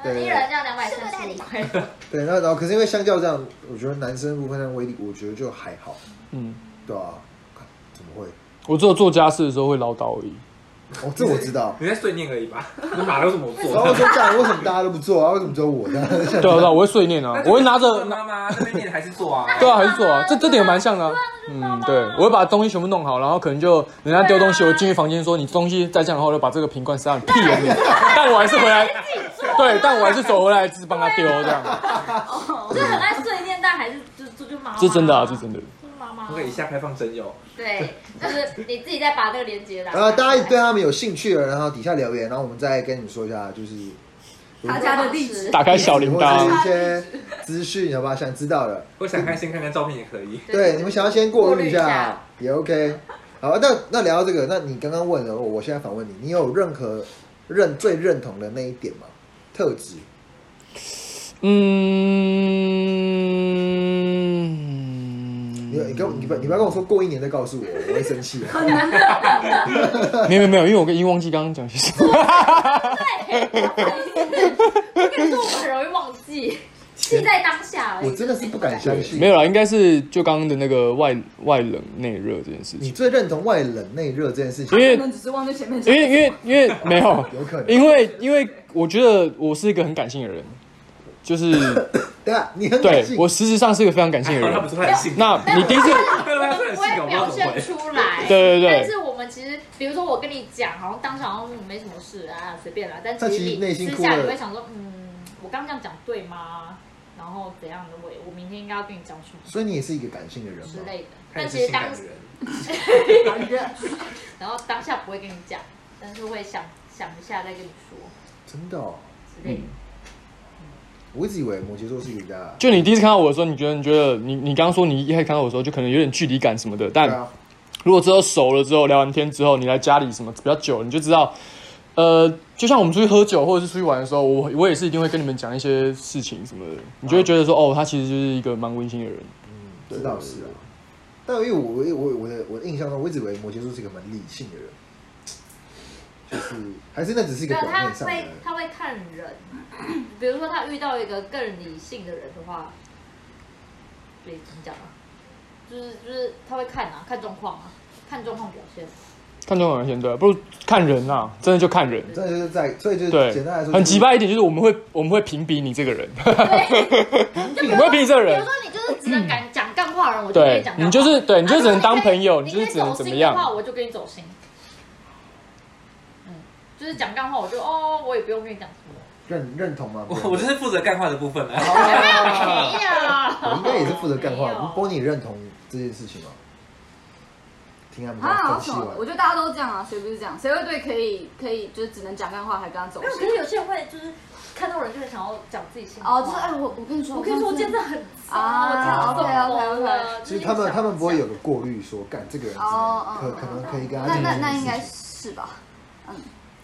Speaker 5: 呃一人要两百三十五块。
Speaker 1: 对，那然后可是因为相较这样，我觉得男生部分的威力，我觉得就还好，
Speaker 2: 嗯，
Speaker 1: 对啊，看怎么会？
Speaker 2: 我只有做家事的时候会唠叨而已。
Speaker 1: 哦，这我知道。
Speaker 4: 你在碎念而已吧？你哪有什么
Speaker 1: 然后我
Speaker 4: 做？
Speaker 1: 说这样，为什么大家都不做啊？为什么只有我呢？
Speaker 2: 对啊，对啊，我会碎念啊，我会拿着，
Speaker 4: 妈妈那边念还是做啊，
Speaker 2: 对啊，还是做啊，这这点蛮像的啊、嗯，对，我会把东西全部弄好，然后可能就人家丢东西，我进去房间说你东西再这样的话，我就把这个瓶罐塞到你屁眼里， 但我还是回来，啊对，但我还是走回来就是帮他丢这样，
Speaker 5: 就是很爱碎念，但还是就就就妈妈。
Speaker 2: 这真的啊，这真的。
Speaker 5: 就是妈妈
Speaker 4: 不。可以一下开放真友，
Speaker 5: 对，就是你自己再把这个连接打开。
Speaker 1: 然后呃大家对他们有兴趣了，然后底下留言，然后我们再跟你们说一下，就是
Speaker 3: 他家的地址，
Speaker 2: 打开小铃
Speaker 1: 或者是
Speaker 2: 铛，
Speaker 1: 一些资讯，好吧？想知道了。
Speaker 4: 我想看先看看照片也可以。
Speaker 1: 对，你们想要先过
Speaker 5: 过
Speaker 1: 滤
Speaker 5: 滤
Speaker 1: 一
Speaker 5: 一
Speaker 1: 下
Speaker 5: 下，
Speaker 1: 也 OK。好，那那聊到这个，那你刚刚问了我，我现在反问你，你有任何认最认同的那一点吗？特质？
Speaker 2: 嗯
Speaker 1: 你，你跟我你不你不要跟我说过一年再告诉我，我会生气。啊
Speaker 2: 没有没有没有，因为我跟英忘记刚刚讲些什么，
Speaker 5: 这个是我很容易忘记，记在当下而已。
Speaker 1: 我真的是不敢相信。
Speaker 2: 没有啦，应该是就刚刚的那个外外冷内热这件事
Speaker 1: 你
Speaker 2: 情，
Speaker 1: 最认同外冷内热这件事
Speaker 2: 因
Speaker 1: 情，
Speaker 2: 为
Speaker 3: 我们只是忘在前面讲
Speaker 2: 因，为因为因为没有。
Speaker 1: 有可能。
Speaker 2: 因为因为我觉得我是一个很感性的人，就是
Speaker 1: 对啊，你很感
Speaker 2: 对
Speaker 1: 性。
Speaker 2: 我实质上是一个非常感性的
Speaker 4: 哦他
Speaker 2: 人
Speaker 4: 不。是很性，
Speaker 2: 那你第一次，
Speaker 4: 他不是很
Speaker 5: 不
Speaker 4: 性
Speaker 5: 会
Speaker 4: 感，我
Speaker 5: 表
Speaker 4: 不知道怎么
Speaker 5: 现
Speaker 4: 回。
Speaker 5: 出来
Speaker 2: 对对对
Speaker 5: 但是我们其实，比如说我跟你讲，好像当时好像嗯没什么事啊，随便啦。但
Speaker 1: 但其
Speaker 5: 其
Speaker 1: 实
Speaker 5: 实
Speaker 1: 内
Speaker 5: 你
Speaker 1: 心
Speaker 5: 私
Speaker 1: 哭
Speaker 5: 下
Speaker 1: 了
Speaker 5: 你会想说，嗯，我刚刚这样讲对吗？然后怎样的？我我明天应该要跟你讲什么
Speaker 1: 所以你也是一个感性的人
Speaker 5: 之
Speaker 1: 吗？
Speaker 5: 类的。
Speaker 4: 他
Speaker 5: 但
Speaker 4: 也是
Speaker 5: 其实
Speaker 4: 性
Speaker 5: 当
Speaker 4: 感的人，
Speaker 5: 然后当下不会跟你讲，但是会想想一下再跟你说
Speaker 1: 真的哦，
Speaker 5: 之类的。
Speaker 1: 我一直以为摩羯座是一个比较
Speaker 2: 就你第一次看到我的时候，你觉得你觉得你你刚刚说你一开始看到我的时候，就可能有点距离感什么的。
Speaker 1: 对
Speaker 2: 但
Speaker 1: 啊，
Speaker 2: 如果之后熟了之后，聊完天之后，你来家里什么比较久，你就知道，呃，就像我们出去喝酒或者是出去玩的时候，我我也是一定会跟你们讲一些事情什么的，你就会觉得说，哦，他其实就是一个蛮温馨的人。
Speaker 1: 嗯知道是啊。但因为我我我我的我的印象中，我一直以为摩羯座是一个蛮理性的人。就是还是那只是一个
Speaker 5: 没有
Speaker 1: 表
Speaker 5: 他
Speaker 1: 面上的
Speaker 5: 会，他会看人，比如说他遇到一个更理性的人的话，对，怎么讲啊？就是就是他会看啊，看状况啊，看状况表 现。
Speaker 2: 看中文先对，不如看人啊，真的就看人。
Speaker 1: 这就是在，所以就是
Speaker 2: 对
Speaker 1: 简单来，说，
Speaker 2: 很急，败一点就是我们会我们会评比你这个人，
Speaker 5: 就比
Speaker 2: 我
Speaker 5: 如
Speaker 2: 们会
Speaker 5: 说，
Speaker 2: 评比这个
Speaker 5: 比
Speaker 2: 人
Speaker 5: 如说，你就是只能敢讲干话的人，我就跟
Speaker 2: 对
Speaker 5: 你讲干话。啊
Speaker 2: 你就是对你就是只能当朋友，
Speaker 5: 你
Speaker 2: 你
Speaker 5: 可
Speaker 2: 就
Speaker 5: 以
Speaker 2: 是只能怎么
Speaker 5: 你可以走心的话
Speaker 2: 样？
Speaker 5: 我就跟你走心。嗯，就是讲干话，我就哦，我也不用跟你讲什么。
Speaker 1: 认认同吗？
Speaker 4: 我我就是负责干话的部分啊。
Speaker 5: 没有，啊
Speaker 1: 我应该也是负责干话
Speaker 5: 没有。
Speaker 1: 波尼，你认同这件事情吗？听他们
Speaker 6: 啊，
Speaker 1: 刚
Speaker 6: 好
Speaker 1: 分析
Speaker 6: 丑！我
Speaker 1: 完，
Speaker 6: 觉得大家都这样啊，谁不是这样？谁会对可以可以就是只能讲干话还跟他走
Speaker 5: 没有，可
Speaker 6: 心？
Speaker 5: 是有些人会就是看到人就很想要讲自己心里话
Speaker 6: 哦，就是哎，我我跟你说，
Speaker 5: 我跟你说，我
Speaker 6: 上次
Speaker 5: 真的很糟，
Speaker 6: 啊
Speaker 5: 我跳走
Speaker 6: OK，OK，OK
Speaker 5: 了。就是
Speaker 1: 其实他
Speaker 5: 一
Speaker 1: 们
Speaker 5: 直
Speaker 1: 他们不会
Speaker 5: 想
Speaker 1: 有个过滤，说干这个人只
Speaker 6: 哦
Speaker 1: 能
Speaker 6: 哦
Speaker 1: 可
Speaker 6: 哦
Speaker 1: 可能可以跟他
Speaker 6: 那
Speaker 1: 讲
Speaker 6: 那
Speaker 1: 这
Speaker 6: 那
Speaker 1: 件
Speaker 6: 应该
Speaker 1: 事情。
Speaker 6: 是 吧？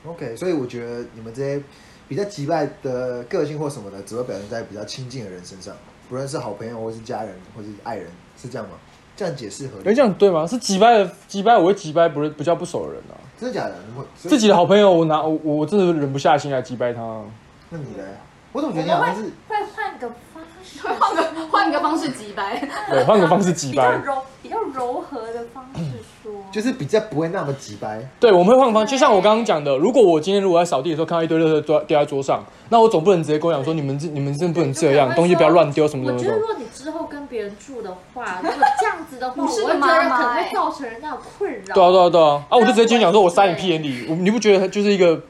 Speaker 1: OK，所以我觉得你们这些比较急败的个性或什么的，只会表现在比较亲近的人身上，不论是好朋友或是家人或是爱人，是这样吗？这样解释合
Speaker 2: 哎，
Speaker 1: 理
Speaker 2: 这？样对吗？是击败的击败，我会击败不是不叫不熟的人啊。
Speaker 1: 真的假的？你会所以
Speaker 2: 自己的好朋友，我拿我我真的忍不下心来击败他。啊
Speaker 1: 那你嘞？我怎么
Speaker 5: 我
Speaker 1: 觉得
Speaker 5: 们
Speaker 1: 你好像是
Speaker 5: 会会换个方式，
Speaker 6: 会 换个换个方式击败。
Speaker 2: 对，换个方式击
Speaker 5: 比较
Speaker 2: 败。
Speaker 5: 柔比较柔和的方式说，
Speaker 2: 嗯
Speaker 1: 就是比较不会那么急掰，
Speaker 2: 对，我们会换方，就像我刚刚讲的，如果我今天如果在扫地的时候看到一堆垃圾掉掉在桌上，那我总不能直接跟我讲说你们这你们真的不能这样，东西不要乱丢什么
Speaker 5: 我
Speaker 2: 什么
Speaker 5: 觉
Speaker 2: 什
Speaker 5: 得如
Speaker 2: 么。
Speaker 5: 果你之后跟别人住的话，如果这样子的话，我
Speaker 6: 你是
Speaker 5: 会觉得
Speaker 6: 个妈
Speaker 5: 可
Speaker 6: 妈
Speaker 5: 能会
Speaker 6: 欸
Speaker 5: 造成人家的困扰。
Speaker 2: 对啊对啊对啊！啊，我就直接今天讲说，我塞你屁眼里，我你不觉得他就是一一个，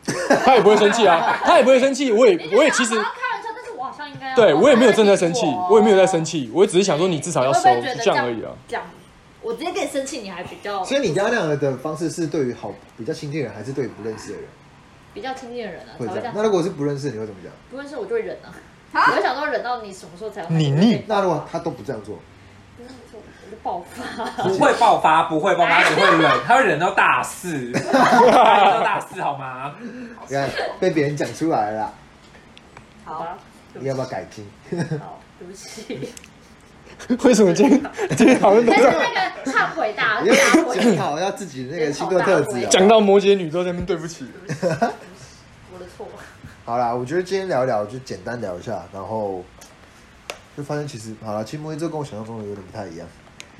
Speaker 2: 他也不会生气 啊，他也不会生气，我也
Speaker 5: 你就觉得
Speaker 2: 我也其实
Speaker 5: 啊开玩笑，但是我好像应该要
Speaker 2: 对我也没有真的
Speaker 5: 他在
Speaker 2: 生
Speaker 5: 逼
Speaker 2: 气
Speaker 5: 哦，
Speaker 2: 我也没有在生气，我也只是想说你至少要收，
Speaker 5: 你会不会觉
Speaker 2: 就
Speaker 5: 得
Speaker 2: 这样而已啊。
Speaker 5: 这样，我直接跟你生气，你还比较
Speaker 1: 所以你刚刚那样的方式是对于好比较亲近的人，还是对于不认识的人
Speaker 5: 比较亲近的人啊，
Speaker 1: 会
Speaker 5: 才
Speaker 1: 这
Speaker 5: 会
Speaker 1: 样？
Speaker 5: 这样
Speaker 1: 那。如果是不认识，你会怎么讲？
Speaker 5: 不认识我就会忍啊，
Speaker 6: 啊
Speaker 5: 我会想说忍到你什么时候才会
Speaker 2: 你腻
Speaker 1: 那如果他都不这样做，
Speaker 5: 不是我我就爆发。
Speaker 4: 不会爆发，不会爆发，只会忍，他会忍到大 四，他忍到大四好吗？
Speaker 1: 你看被别人讲出来了啦，
Speaker 5: 好吧，
Speaker 1: 你要不要改进？
Speaker 5: 好，对不 起。
Speaker 2: 为什么今天今天好像都
Speaker 5: 但是
Speaker 2: 在
Speaker 5: 那个忏悔大
Speaker 1: 你要
Speaker 5: 大会，
Speaker 1: 检讨一下自己的那个星座特质啊。
Speaker 2: 讲到摩羯女都在那边对不起？
Speaker 5: 我的错。
Speaker 1: 好啦，我觉得今天聊一聊就简单聊一下，然后就发现其实好了，其实摩羯座跟我想象中的有点不太一样，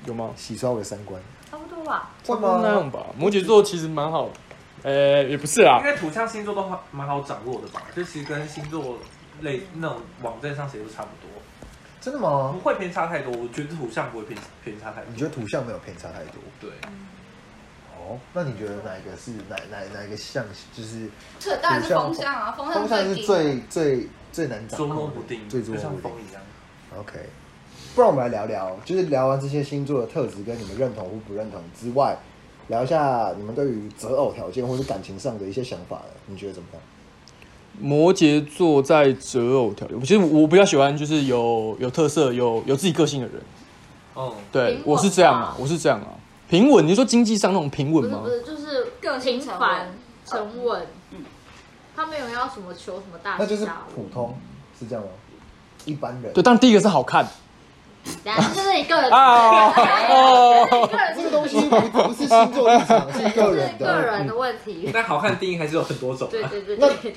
Speaker 2: 有吗？
Speaker 1: 洗刷我的三观。
Speaker 5: 差不多吧，
Speaker 1: 会
Speaker 2: 那
Speaker 1: 吗？
Speaker 2: 样吧，摩羯座其实蛮好，呃，也不是啦
Speaker 4: 因，为土象星座都好蛮好掌握的吧，就其实跟星座类那种网站上写的都差不多，
Speaker 1: 真的
Speaker 4: 不
Speaker 1: 吗？
Speaker 4: 会偏差太多。我觉得土象不会偏偏差太多
Speaker 1: 你。觉得土象没有偏差太多？
Speaker 4: 对，
Speaker 1: 哦，那你觉得哪一个是哪哪哪一个象就是
Speaker 6: 这当然是风向啊，风
Speaker 1: 风象
Speaker 6: 向
Speaker 1: 是
Speaker 6: 低
Speaker 1: 最最最难掌
Speaker 4: 捉
Speaker 1: 控的，
Speaker 4: 摸不定，
Speaker 1: 最捉摸
Speaker 4: 就像
Speaker 1: 不定
Speaker 4: 风。一样。
Speaker 1: OK，不然我们来聊聊，就是聊完这些星座的特质跟你们认同或不认同之外，聊一下你们对于择偶条件或是感情上的一些想法，你觉得怎么样？
Speaker 2: 摩羯座在择偶条件，其实我比较喜欢就是有有特色、有有自己个性的人。
Speaker 4: 哦，
Speaker 2: 对
Speaker 5: 平，稳
Speaker 2: 我是这样啊
Speaker 5: 吧，
Speaker 2: 我是这样啊，平稳。你说经济上那种平
Speaker 5: 不
Speaker 2: 稳
Speaker 5: 是
Speaker 2: 吗
Speaker 5: 不？是，就是
Speaker 6: 个性
Speaker 5: 平
Speaker 6: 沉稳
Speaker 5: 凡沉稳。
Speaker 6: 嗯
Speaker 5: 他没有要什么求什么大啊
Speaker 1: 那就
Speaker 5: 起
Speaker 1: 是
Speaker 5: 大
Speaker 1: 普
Speaker 5: 落，
Speaker 1: 通，是这样吗？
Speaker 5: 嗯
Speaker 1: 一般人
Speaker 2: 对，，但第一个是好看
Speaker 5: 然后就是你个人，
Speaker 2: 啊哦，
Speaker 5: 个人
Speaker 1: 这个东西不不是星座立场，是个人
Speaker 5: 是个
Speaker 1: 的。
Speaker 5: 人的问题。
Speaker 4: 但好看定义还是有很多种、啊。
Speaker 5: 对对对
Speaker 1: 那
Speaker 5: 对，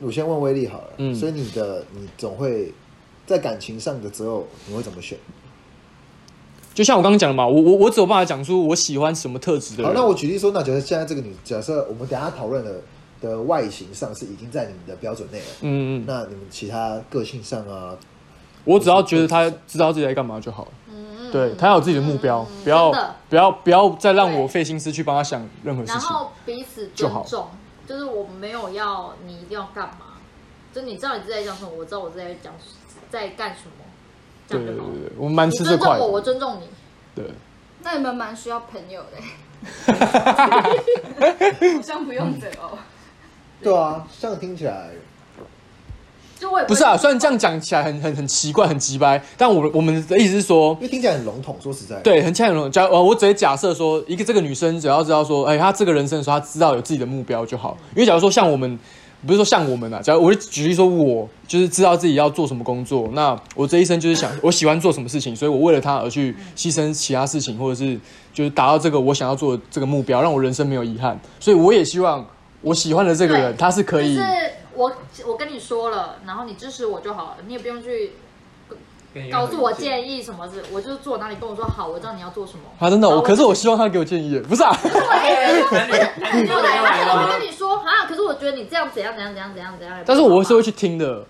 Speaker 1: 我先问威力好了，
Speaker 2: 嗯
Speaker 1: 所以你的你总会在感情上的择偶，你会怎么选？
Speaker 2: 就像我刚刚讲的嘛，我我我只有办法讲出我喜欢什么特质的
Speaker 1: 好，
Speaker 2: 人。
Speaker 1: 那我举例说，那假设现在这个女，假设我们等一下讨论的的外形上是已经在你们的标准内了，
Speaker 2: 嗯，嗯嗯，
Speaker 1: 那你们其他个性上啊，
Speaker 2: 我只要觉得他知道自己在干嘛就好了。
Speaker 5: 嗯
Speaker 2: 对他要有自己的目
Speaker 1: 嗯
Speaker 2: 标，不要
Speaker 5: 真的
Speaker 2: 不要不要再让我
Speaker 5: 对
Speaker 2: 费心思去帮他想任何事
Speaker 5: 然
Speaker 2: 情。
Speaker 5: 后彼此
Speaker 2: 就
Speaker 5: 尊
Speaker 2: 好
Speaker 5: 重，就是我没有要你一定要干嘛，就你知道你自己在讲什么，我知道我自己在讲在干什么，这
Speaker 2: 对对
Speaker 5: 样就
Speaker 2: 对
Speaker 5: 好了。
Speaker 2: 对，我们蛮
Speaker 5: 你
Speaker 2: 吃这
Speaker 5: 尊重
Speaker 2: 块
Speaker 5: 我，我
Speaker 2: 的。
Speaker 5: 尊重你。
Speaker 2: 对，
Speaker 6: 那你们蛮需要朋友 的欸，好像不用择偶。
Speaker 1: 对啊，这样听起来，
Speaker 5: 就我也
Speaker 2: 不是啊，虽然这样讲起来很很很奇怪，很奇掰，但我我们的意思是说
Speaker 1: 因，为听起来很笼统。说实在，，
Speaker 2: 对，很欠容。假呃，我只接假设说，一个这个女生只要知道说，哎、她这个人生的时候，她知道有自己的目标就好。因为假如说像我们，不是说像我们啊，假如我就举例说我，就是知道自己要做什么工作，那我这一生就是想我喜欢做什么事情，所以我为了她而去牺牲其他事情，或者是就是达到这个我想要做的这个目标，让我人生没有遗憾。所以我也希望我喜欢的这个人
Speaker 5: 对
Speaker 2: 他是可以
Speaker 5: 就是我我跟你说了，然后你支持我就好了，你也不用去
Speaker 4: 给你
Speaker 5: 告诉我
Speaker 4: 议。
Speaker 5: 建议什么的，我就坐哪里跟我说好，我知道你要做什么。
Speaker 2: 啊，真的，
Speaker 5: 然
Speaker 2: 我
Speaker 5: 后
Speaker 2: 可是我希望他给我建议，不是啊？
Speaker 4: 男女男女
Speaker 5: 后来
Speaker 4: 来
Speaker 5: 而且我就
Speaker 4: 了
Speaker 5: 跟你说啊，可是我觉得你这样怎样怎样怎样怎样怎样。
Speaker 2: 但是我是会去听的，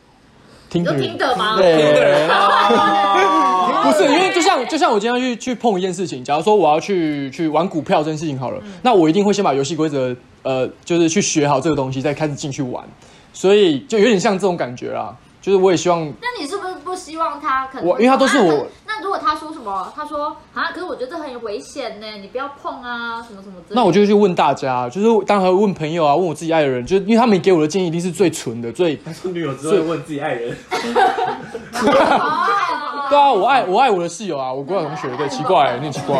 Speaker 2: 听
Speaker 5: 你就
Speaker 2: 的人
Speaker 5: 听的 吗？
Speaker 2: 对
Speaker 4: 哦，
Speaker 2: 不是，因为就像就像我今天要去去碰一件事情，假如说我要去去玩股票这件事情好了，那我一定会先把游戏规则呃，就是去学好这个东西，再开始进去玩，所以就有点像这种感觉啦。就是我也希望
Speaker 5: 那你是不是不希望他可能？
Speaker 2: 我因为他都是我
Speaker 5: 啊那那如果他说什么，他说啊，可是我觉得这很危险呢，你不要碰啊，什么什么之类的。
Speaker 2: 那我就去问大家，就是当然还会问朋友啊，问我自己爱的人，就是因为他们给我的建议一定是最纯的、最
Speaker 4: 他说女友只会问自己爱人，
Speaker 5: 哦
Speaker 2: 对啊，我爱我爱我的室友啊，我国小同学，对，奇怪、你很奇怪、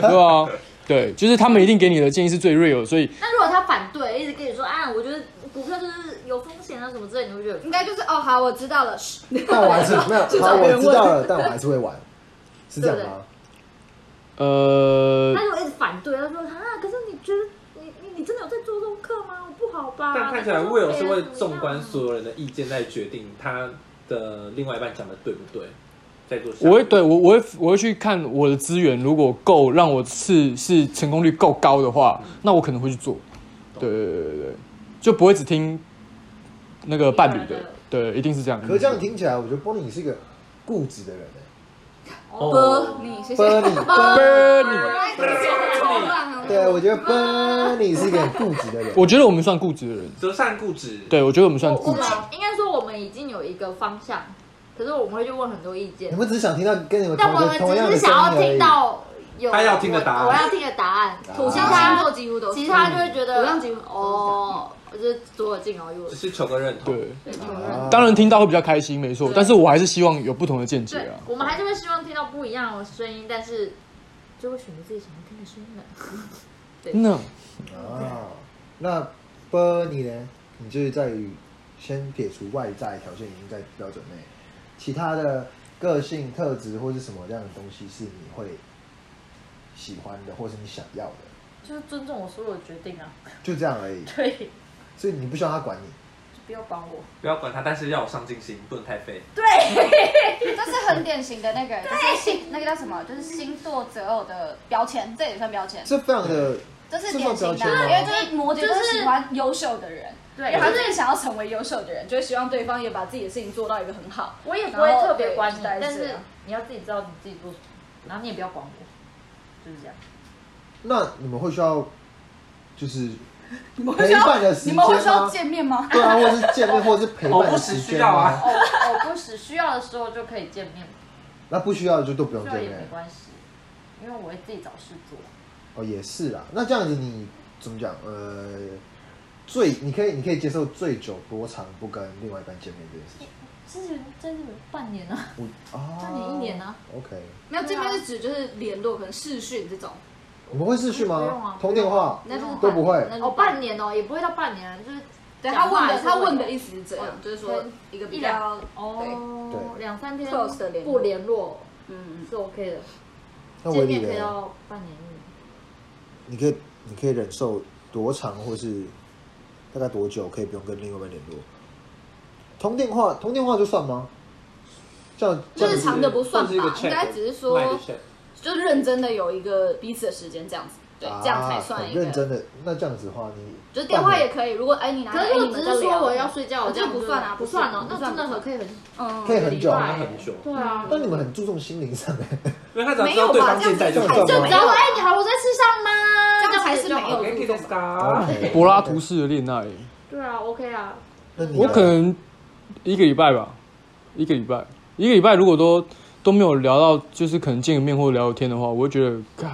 Speaker 2: 对啊，对，就是他们一定给你的建议是最 real，所以
Speaker 5: 那如果他反对，一直跟你说啊，我觉得股票就是有风险啊，什么之类的，你会觉得
Speaker 6: 应该就是哦，好，我知道了。嘘
Speaker 1: 但我 还是没有，
Speaker 6: 去
Speaker 1: 好，
Speaker 6: 找别
Speaker 1: 我
Speaker 6: 人
Speaker 1: 知
Speaker 6: 问
Speaker 1: 道了，但我还是会玩，是这样吗？
Speaker 2: 呃
Speaker 5: 他，就一直反对，他说啊，可是你觉得你你你真的有在做功课吗？不好吧？
Speaker 4: 但看起来
Speaker 5: 你不做
Speaker 4: Will 是
Speaker 5: 别
Speaker 4: 会
Speaker 5: 人怎么
Speaker 4: 纵
Speaker 5: 样
Speaker 4: 观所有人的意见在决定他的另外一半讲的对不对，在做。
Speaker 2: 我会对我我会我会去看我的资源，如果够让我是是成功率够高的话，
Speaker 1: 嗯
Speaker 2: 那我可能会去做。对对对对对，就不会只听那个伴侣的，对，一定是这样。
Speaker 1: 可是这样听起来，我觉得波你是一个固执的人 哎、
Speaker 6: 啵，你谢谢。
Speaker 1: 波你波，
Speaker 2: Bernie，
Speaker 1: 对我觉得波你是一个很固执的人。
Speaker 2: 我觉得我们算固执的人，
Speaker 4: 折善固执，
Speaker 2: 对我觉得我们算
Speaker 5: 我
Speaker 2: 固
Speaker 5: 们
Speaker 2: 执。
Speaker 5: 应该说我们已经有一个方向，可是我们会去问很多意
Speaker 1: 你
Speaker 5: 见，
Speaker 1: 们只是想听到跟 你们
Speaker 5: 但
Speaker 1: 同
Speaker 5: 我们
Speaker 1: 个同样
Speaker 5: 只
Speaker 1: 的
Speaker 5: 是
Speaker 1: 声音
Speaker 5: 想要
Speaker 1: 而
Speaker 5: 听
Speaker 1: 已。
Speaker 5: 到有
Speaker 4: 他要听的答案
Speaker 5: 我我要听的答案。
Speaker 6: 土
Speaker 5: 其
Speaker 6: 星星
Speaker 5: 他
Speaker 6: 座几乎都是，
Speaker 5: 其他就会觉
Speaker 6: 土
Speaker 5: 得
Speaker 6: 象几乎
Speaker 5: 哦，
Speaker 6: 哦，
Speaker 5: 就是左耳进右耳出
Speaker 4: 只。是求个认同。
Speaker 2: 对，
Speaker 1: 啊
Speaker 2: 当然听到会比较开心，没错，但是我还是希望有不同的见解
Speaker 5: 对
Speaker 2: 啊，。
Speaker 5: 我们还是会希望听到不一样的声音，但是就会选择自己想要听的声音了。
Speaker 2: 那
Speaker 1: 啊，那波你呢？你就是在于先撇除外在条件已经在标准内，其他的个性特质或是什么样的东西是你会喜欢的，或是你想要的，
Speaker 5: 就是尊重我所有的决定啊，
Speaker 1: 就这样而已。
Speaker 5: 对，就
Speaker 1: 所以你不需要他管你。
Speaker 5: 不要管我。
Speaker 4: 不要管他，但是要有上进心，不能太废。
Speaker 6: 这是很典型的那个，就是星那个叫什么，就是星座择偶的标签，这也算标签，
Speaker 1: 这非常的，
Speaker 6: 这是典
Speaker 1: 这算
Speaker 6: 型
Speaker 1: 标
Speaker 6: 的
Speaker 1: 签吗
Speaker 6: 啊，因为就是摩羯座
Speaker 5: 就是
Speaker 6: 是喜欢优秀的人，
Speaker 5: 对
Speaker 6: 因为他就是想要成为优秀的人，就会希望对方也把自己的事情做到一个很好。
Speaker 5: 我也不会特别管你，
Speaker 6: 然后对
Speaker 5: 但
Speaker 6: 就是
Speaker 5: 是啊
Speaker 6: 这样
Speaker 5: 你要自己知道你自己做什么，然后你也不要管我，就是这样。
Speaker 1: 那你们会需要就是
Speaker 6: 你们
Speaker 1: 会需要陪伴哎的时间吗你们会需要见
Speaker 6: 面吗？
Speaker 1: 对啊，或是见面，或是陪
Speaker 4: 我
Speaker 1: 伴
Speaker 4: 不
Speaker 1: 的
Speaker 4: 时
Speaker 1: 时
Speaker 4: 需
Speaker 1: 间
Speaker 4: 要啊
Speaker 1: 吗？
Speaker 5: 哦，我不时需要的时候就可以见面，
Speaker 1: 那不需要的就都不
Speaker 5: 不
Speaker 1: 用
Speaker 5: 需
Speaker 1: 见
Speaker 5: 要也没
Speaker 1: 面。
Speaker 5: 关系，因为我会自己找事做。
Speaker 1: 哦，也是啦。那这样子你怎么讲？呃，最你可以你可以接受最久多长不跟另外一半见面这件事情？
Speaker 5: 之前在日本半年啊，
Speaker 1: 我啊，
Speaker 5: 半年一年啊，
Speaker 1: OK，
Speaker 6: 没有，这边是指就是联络，可能视讯这种。
Speaker 1: 你们会视讯
Speaker 5: 不用啊
Speaker 1: 吗？通电话
Speaker 5: 那就是
Speaker 1: 都不会。
Speaker 5: 哦，半年哦，也不会到半年啊，就是
Speaker 6: 对
Speaker 5: 讲
Speaker 6: 他
Speaker 5: 话
Speaker 6: 问
Speaker 5: 还
Speaker 6: 的，
Speaker 5: 是
Speaker 6: 他
Speaker 5: 会
Speaker 6: 问的意思是这
Speaker 5: 哦
Speaker 6: 样，就是说
Speaker 5: 对
Speaker 6: 一个比
Speaker 5: 一两
Speaker 6: 较，
Speaker 5: 哦，
Speaker 1: 对
Speaker 5: 两三天
Speaker 6: Close 的联络
Speaker 5: 不联络
Speaker 6: 嗯，
Speaker 5: 是 OK 的，
Speaker 1: 那我
Speaker 5: 见
Speaker 1: 以
Speaker 5: 面可以
Speaker 1: 为
Speaker 5: 哦到半年一年，
Speaker 1: 你可以你可以忍受多长，或是大概多久可以不用跟另外一半联络？通电话通电话就算吗？这样这样
Speaker 6: 日
Speaker 1: 子
Speaker 6: 常的不算吧
Speaker 4: 这是一个 check，
Speaker 6: 应该只是说
Speaker 4: line 的 check
Speaker 6: 就认真的有一个彼此的时间这样子，对，
Speaker 1: 啊
Speaker 6: 这样才算
Speaker 1: 很
Speaker 6: 一个。
Speaker 1: 认真的。那这样子的话，你
Speaker 6: 就是电话也可以，如果哎你拿，
Speaker 5: 可是
Speaker 6: 哎
Speaker 5: 我
Speaker 6: 你
Speaker 5: 只
Speaker 6: 们
Speaker 5: 是
Speaker 6: 在聊
Speaker 5: 说我要，睡觉，
Speaker 6: 哦
Speaker 5: 这样
Speaker 6: 这不算啊
Speaker 5: 不算哦，
Speaker 6: 不
Speaker 5: 那真
Speaker 6: 算
Speaker 5: 的
Speaker 6: 不
Speaker 5: 很
Speaker 6: 算
Speaker 5: 可以很
Speaker 6: 嗯，
Speaker 1: 可以很久
Speaker 5: 一个礼
Speaker 4: 他
Speaker 5: 拜
Speaker 4: 很久，
Speaker 5: 对啊，
Speaker 1: 但你们很注重心灵上的，
Speaker 4: 因为他只要
Speaker 6: 没
Speaker 4: 知道
Speaker 6: 有
Speaker 4: 对
Speaker 6: 吧
Speaker 4: 方健在就
Speaker 1: 这样
Speaker 4: 够
Speaker 1: 子
Speaker 5: 就
Speaker 1: 就
Speaker 5: 只
Speaker 1: 没
Speaker 5: 要
Speaker 1: 有
Speaker 5: 说哎，你还活在世上吗？
Speaker 6: 这样才
Speaker 5: 子
Speaker 6: 是
Speaker 5: 就
Speaker 6: 没
Speaker 5: 好
Speaker 6: 有
Speaker 4: 给你的
Speaker 6: 注重
Speaker 4: 是
Speaker 6: 吧。
Speaker 4: 他。
Speaker 2: 柏拉图式的恋爱，
Speaker 5: 对啊，OK 啊，
Speaker 1: 那你呢
Speaker 2: 我可能一个礼拜吧，一个礼拜，一个礼拜如果都都没有聊到，就是可能见个面或聊个天的话，我会觉得，干，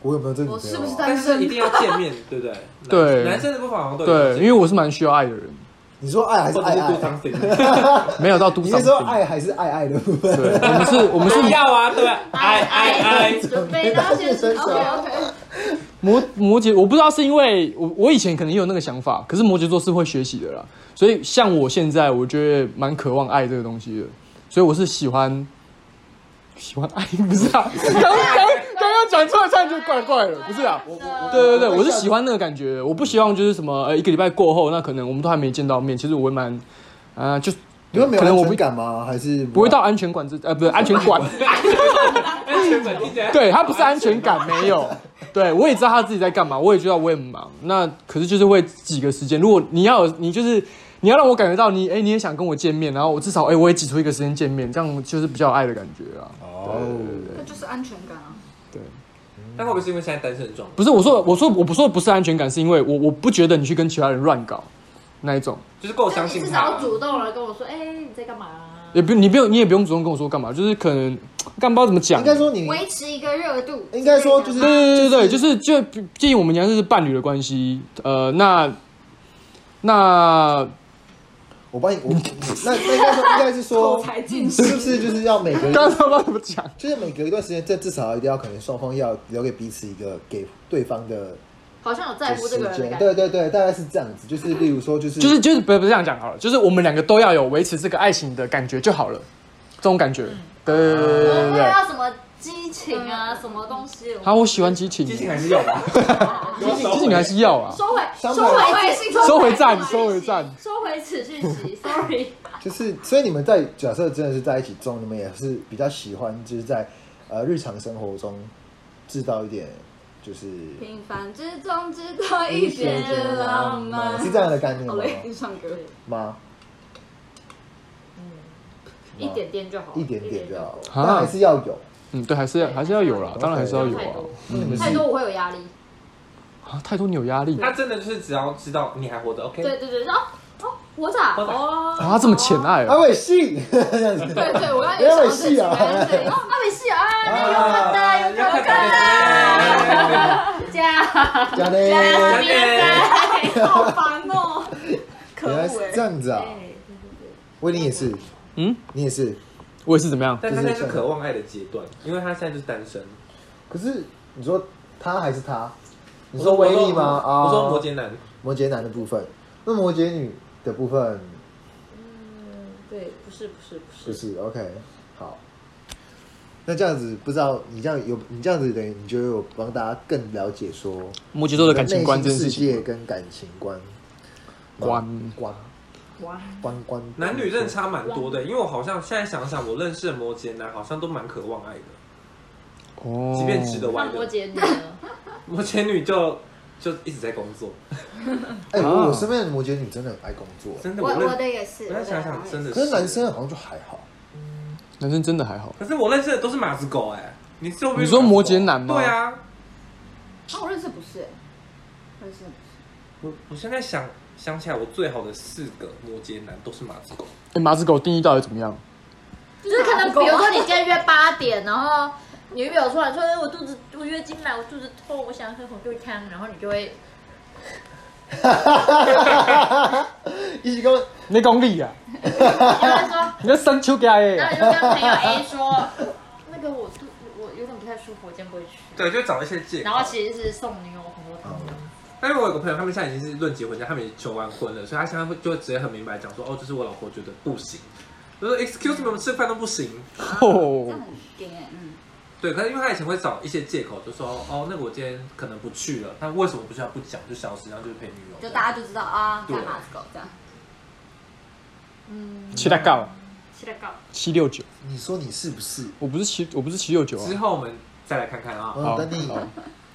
Speaker 1: 我有没有这个女
Speaker 6: 我
Speaker 1: 朋
Speaker 6: 是
Speaker 1: 友
Speaker 6: 不是
Speaker 1: 啊？
Speaker 6: 单
Speaker 4: 但是一
Speaker 6: 身？
Speaker 4: 定要见面，对不对？男
Speaker 2: 对
Speaker 4: 男生的部分好像都有
Speaker 2: 对，
Speaker 4: 见
Speaker 2: 因为我是蛮需要爱的人，
Speaker 1: 啊你说爱还是
Speaker 4: 或者
Speaker 1: 爱
Speaker 4: 是 do
Speaker 1: 爱？
Speaker 4: something，
Speaker 2: 没有到独
Speaker 1: 你
Speaker 2: 上
Speaker 1: 是说爱还是爱爱的部分？
Speaker 2: 对，我们是，我们是
Speaker 4: 要啊，对不对？爱爱爱，
Speaker 5: 准备到先
Speaker 1: 准备到先啊
Speaker 5: OK
Speaker 1: 手
Speaker 5: OK，
Speaker 2: 摩摩羯，我不知道是因为我我以前可能也有那个想法，可是摩羯座是会学习的啦，所以像我现在，我觉得蛮渴望爱这个东西的， 所以我是喜欢喜欢爱，不是啊？刚刚刚刚要讲出来差样就怪怪了，不是啊？
Speaker 1: 我我
Speaker 2: 对对对，我是喜欢那个感觉，我不希望就是什么呃一个礼拜过后，那可能我们都还没见到面，其实我会蛮啊、就
Speaker 1: 你会没有
Speaker 2: 可能
Speaker 1: 安
Speaker 2: 我不
Speaker 1: 全感吗？还是
Speaker 2: 不会到安全管制呃不是安全管，
Speaker 4: 安全本听起来
Speaker 2: 对他不是安全感没有，对我也知道他自己在干嘛，我也知道我也很忙，那可是就是会挤个时间，如果你要有你就是。你要让我感觉到你，哎、你也想跟我见面，然后我至少，哎、我也挤出一个时间见面，这样就是比较有爱的感觉啊。
Speaker 1: 哦？
Speaker 3: 那就是安全感啊。
Speaker 2: 对，
Speaker 4: 但会不会是因为现在单身的状态？
Speaker 2: 不是我说，我说我不说不是安全感，是因为我我不觉得你去跟其他人乱搞那一种，
Speaker 4: 就是够
Speaker 5: 就
Speaker 4: 相
Speaker 5: 你
Speaker 4: 信
Speaker 5: 至
Speaker 4: 他
Speaker 5: 少
Speaker 4: 了
Speaker 5: 要。主动来跟我说，哎，你在干嘛啊？
Speaker 1: 嗯
Speaker 2: 也不你不用你也不用主动跟我说干嘛，就是可能干不知道怎么讲。
Speaker 1: 应该说你
Speaker 6: 维持一个热度之类的。
Speaker 1: 应该说就是
Speaker 2: 对对对对，就是就建议我们讲是伴侣的关系，呃，那那
Speaker 1: 我帮你，我那那应该说应该是说
Speaker 3: 口才尽
Speaker 1: 是
Speaker 3: 失
Speaker 1: 不，是就是要每隔一
Speaker 2: 刚刚不知道怎么讲，
Speaker 1: 就是每隔一段时间，这至少一定要可能双方要留给彼此一个给对方的
Speaker 5: 好像有在乎这
Speaker 1: 时
Speaker 5: 个人的
Speaker 1: 间。
Speaker 5: 感觉。
Speaker 1: 对对对，大概是这样子。就是例如说，就是
Speaker 2: 就是就是不不是这样讲好了，就是我们两个都要有维持这个爱情的感觉就好了，这种感觉。对对对对对
Speaker 5: 我
Speaker 2: 对
Speaker 5: 不
Speaker 2: 对。
Speaker 5: 要什么激情啊，什么东西。
Speaker 2: 好，我喜欢激情，
Speaker 4: 激
Speaker 2: 激
Speaker 4: 情还是 有吧，
Speaker 2: 情还是要啊，
Speaker 5: 收回，
Speaker 1: 三
Speaker 5: 收
Speaker 1: 百
Speaker 5: 回此，
Speaker 2: 收回赞，收回赞。
Speaker 5: 收回此讯息，sorry。
Speaker 1: 就是，所以你们在假设真的是在一起中，你们也是比较喜欢，就是在呃日常生活中制造一点，就是
Speaker 3: 平凡之中知道一点浪漫。
Speaker 1: 是这样的概念
Speaker 3: 好
Speaker 1: 吗？
Speaker 3: 嘞，你唱歌。
Speaker 1: 吗？
Speaker 5: 一点点就好，
Speaker 1: 一点点就好了，
Speaker 2: 啊
Speaker 1: 但还是要有。
Speaker 2: 嗯，对，还是要还是要有啦，当然还是要有啊。
Speaker 1: 那你们是
Speaker 5: 太多我会有压力。
Speaker 2: 啊，太多你有压力
Speaker 4: 他真的就是只要知道你还活着，OK，
Speaker 5: 对对对，然后哦，我咋
Speaker 4: 我咋
Speaker 5: 哦，
Speaker 2: 啊，这么浅爱
Speaker 1: 安
Speaker 2: 啊，
Speaker 1: 慰信这样子，
Speaker 3: 对对，我要
Speaker 1: 没 有
Speaker 3: 有
Speaker 1: 戏啊
Speaker 3: 对，
Speaker 5: 哦，阿美是啊，
Speaker 4: 啊，
Speaker 5: 有可能，有可能，
Speaker 4: 能。
Speaker 5: 加
Speaker 1: 假的，原
Speaker 5: 加边 塞，
Speaker 3: 好烦哦。可
Speaker 1: 来
Speaker 3: 恶
Speaker 1: 是这
Speaker 3: 哎，
Speaker 1: 样子啊。威廉也是，
Speaker 2: 嗯，
Speaker 1: 你也是，
Speaker 2: 我也是怎么样？
Speaker 4: 但他现在是渴望爱的阶段，因为他现在就是单身。
Speaker 1: 可是你说他还是他？你
Speaker 4: 我
Speaker 1: 说威力吗？啊，
Speaker 4: 我说摩羯男，
Speaker 1: 摩羯男的部分，那摩羯女的部分
Speaker 5: 嗯，对，不是不是不
Speaker 1: 不
Speaker 5: 是，
Speaker 1: 是 OK，好。那这样子，不知道你这样有你这样子等于你就有帮大家更了解说
Speaker 2: 摩羯座的感情观
Speaker 1: 内
Speaker 2: 这
Speaker 1: 心
Speaker 2: 件事
Speaker 1: 世界
Speaker 2: 情，
Speaker 1: 跟感情观
Speaker 2: 观
Speaker 1: 观
Speaker 3: 哇，
Speaker 1: 观观
Speaker 4: 男女真的差蛮多的，因为我好像现在想想，我认识的摩羯男好像都蛮渴望爱的，
Speaker 2: 哦
Speaker 4: 即便值得
Speaker 5: 那
Speaker 4: 玩
Speaker 5: 摩
Speaker 4: 的。
Speaker 5: 羯女呢？
Speaker 4: 摩羯女就就一直在工作，
Speaker 1: 哎、我
Speaker 2: 啊
Speaker 1: 我身边的摩羯女真的很爱工作，
Speaker 4: 真的
Speaker 6: 我我
Speaker 4: 认，
Speaker 6: 的也是。
Speaker 4: 我在想想真的。
Speaker 1: 可是男，生好像就还好。
Speaker 2: 男生真的还好。
Speaker 4: 可是我认识的都是马子狗哎，你是
Speaker 2: 你说摩羯男吗？
Speaker 4: 对，啊，
Speaker 3: 那我认识不是哎，认识不是。
Speaker 4: 我我现在想想起来，我最好的四个摩羯男都是马子狗，
Speaker 2: 哎，马子狗定义到底怎么样？
Speaker 5: 就是可能，比如说你今天约八点，然后你约我出来说，哎，我肚子我月经来，我肚子痛，我想喝红豆汤，然后你就会
Speaker 1: 一起跟我
Speaker 2: 你功力啊，
Speaker 5: 你就会说。
Speaker 2: 你在生秋家
Speaker 5: 然后
Speaker 2: 耶
Speaker 5: 你就跟朋友 A 说， 那个我肚我有点不太舒服，我今天不会去。
Speaker 4: 对，就找一些借口
Speaker 5: 然。后其实是送女友红豆
Speaker 4: 嗯
Speaker 5: 汤
Speaker 1: 嗯
Speaker 5: 的。
Speaker 4: 但是我有个朋友，他们现在已经是论结婚，他们也求完婚了，所以他现在会就会直接很明白讲说，哦，就是我老婆觉得不行，就说 excuse me，我们吃饭都不行。
Speaker 2: 哦
Speaker 6: 这很 gay，嗯，
Speaker 4: 对，可是因为他以前会找一些借口，就说哦，那个我今天可能不去了，那为什么不去？他不讲就消失，然后就是陪女友。
Speaker 6: 就大家就知道啊，
Speaker 4: 对
Speaker 6: 干嘛子狗这样。
Speaker 5: 嗯，
Speaker 2: 七大告啊
Speaker 5: 期待告。
Speaker 2: 七六九，
Speaker 1: 你说你是不是？
Speaker 2: 我不是七，我不是七六九啊
Speaker 4: 之，后我们再来看看啊。
Speaker 1: 嗯，等你，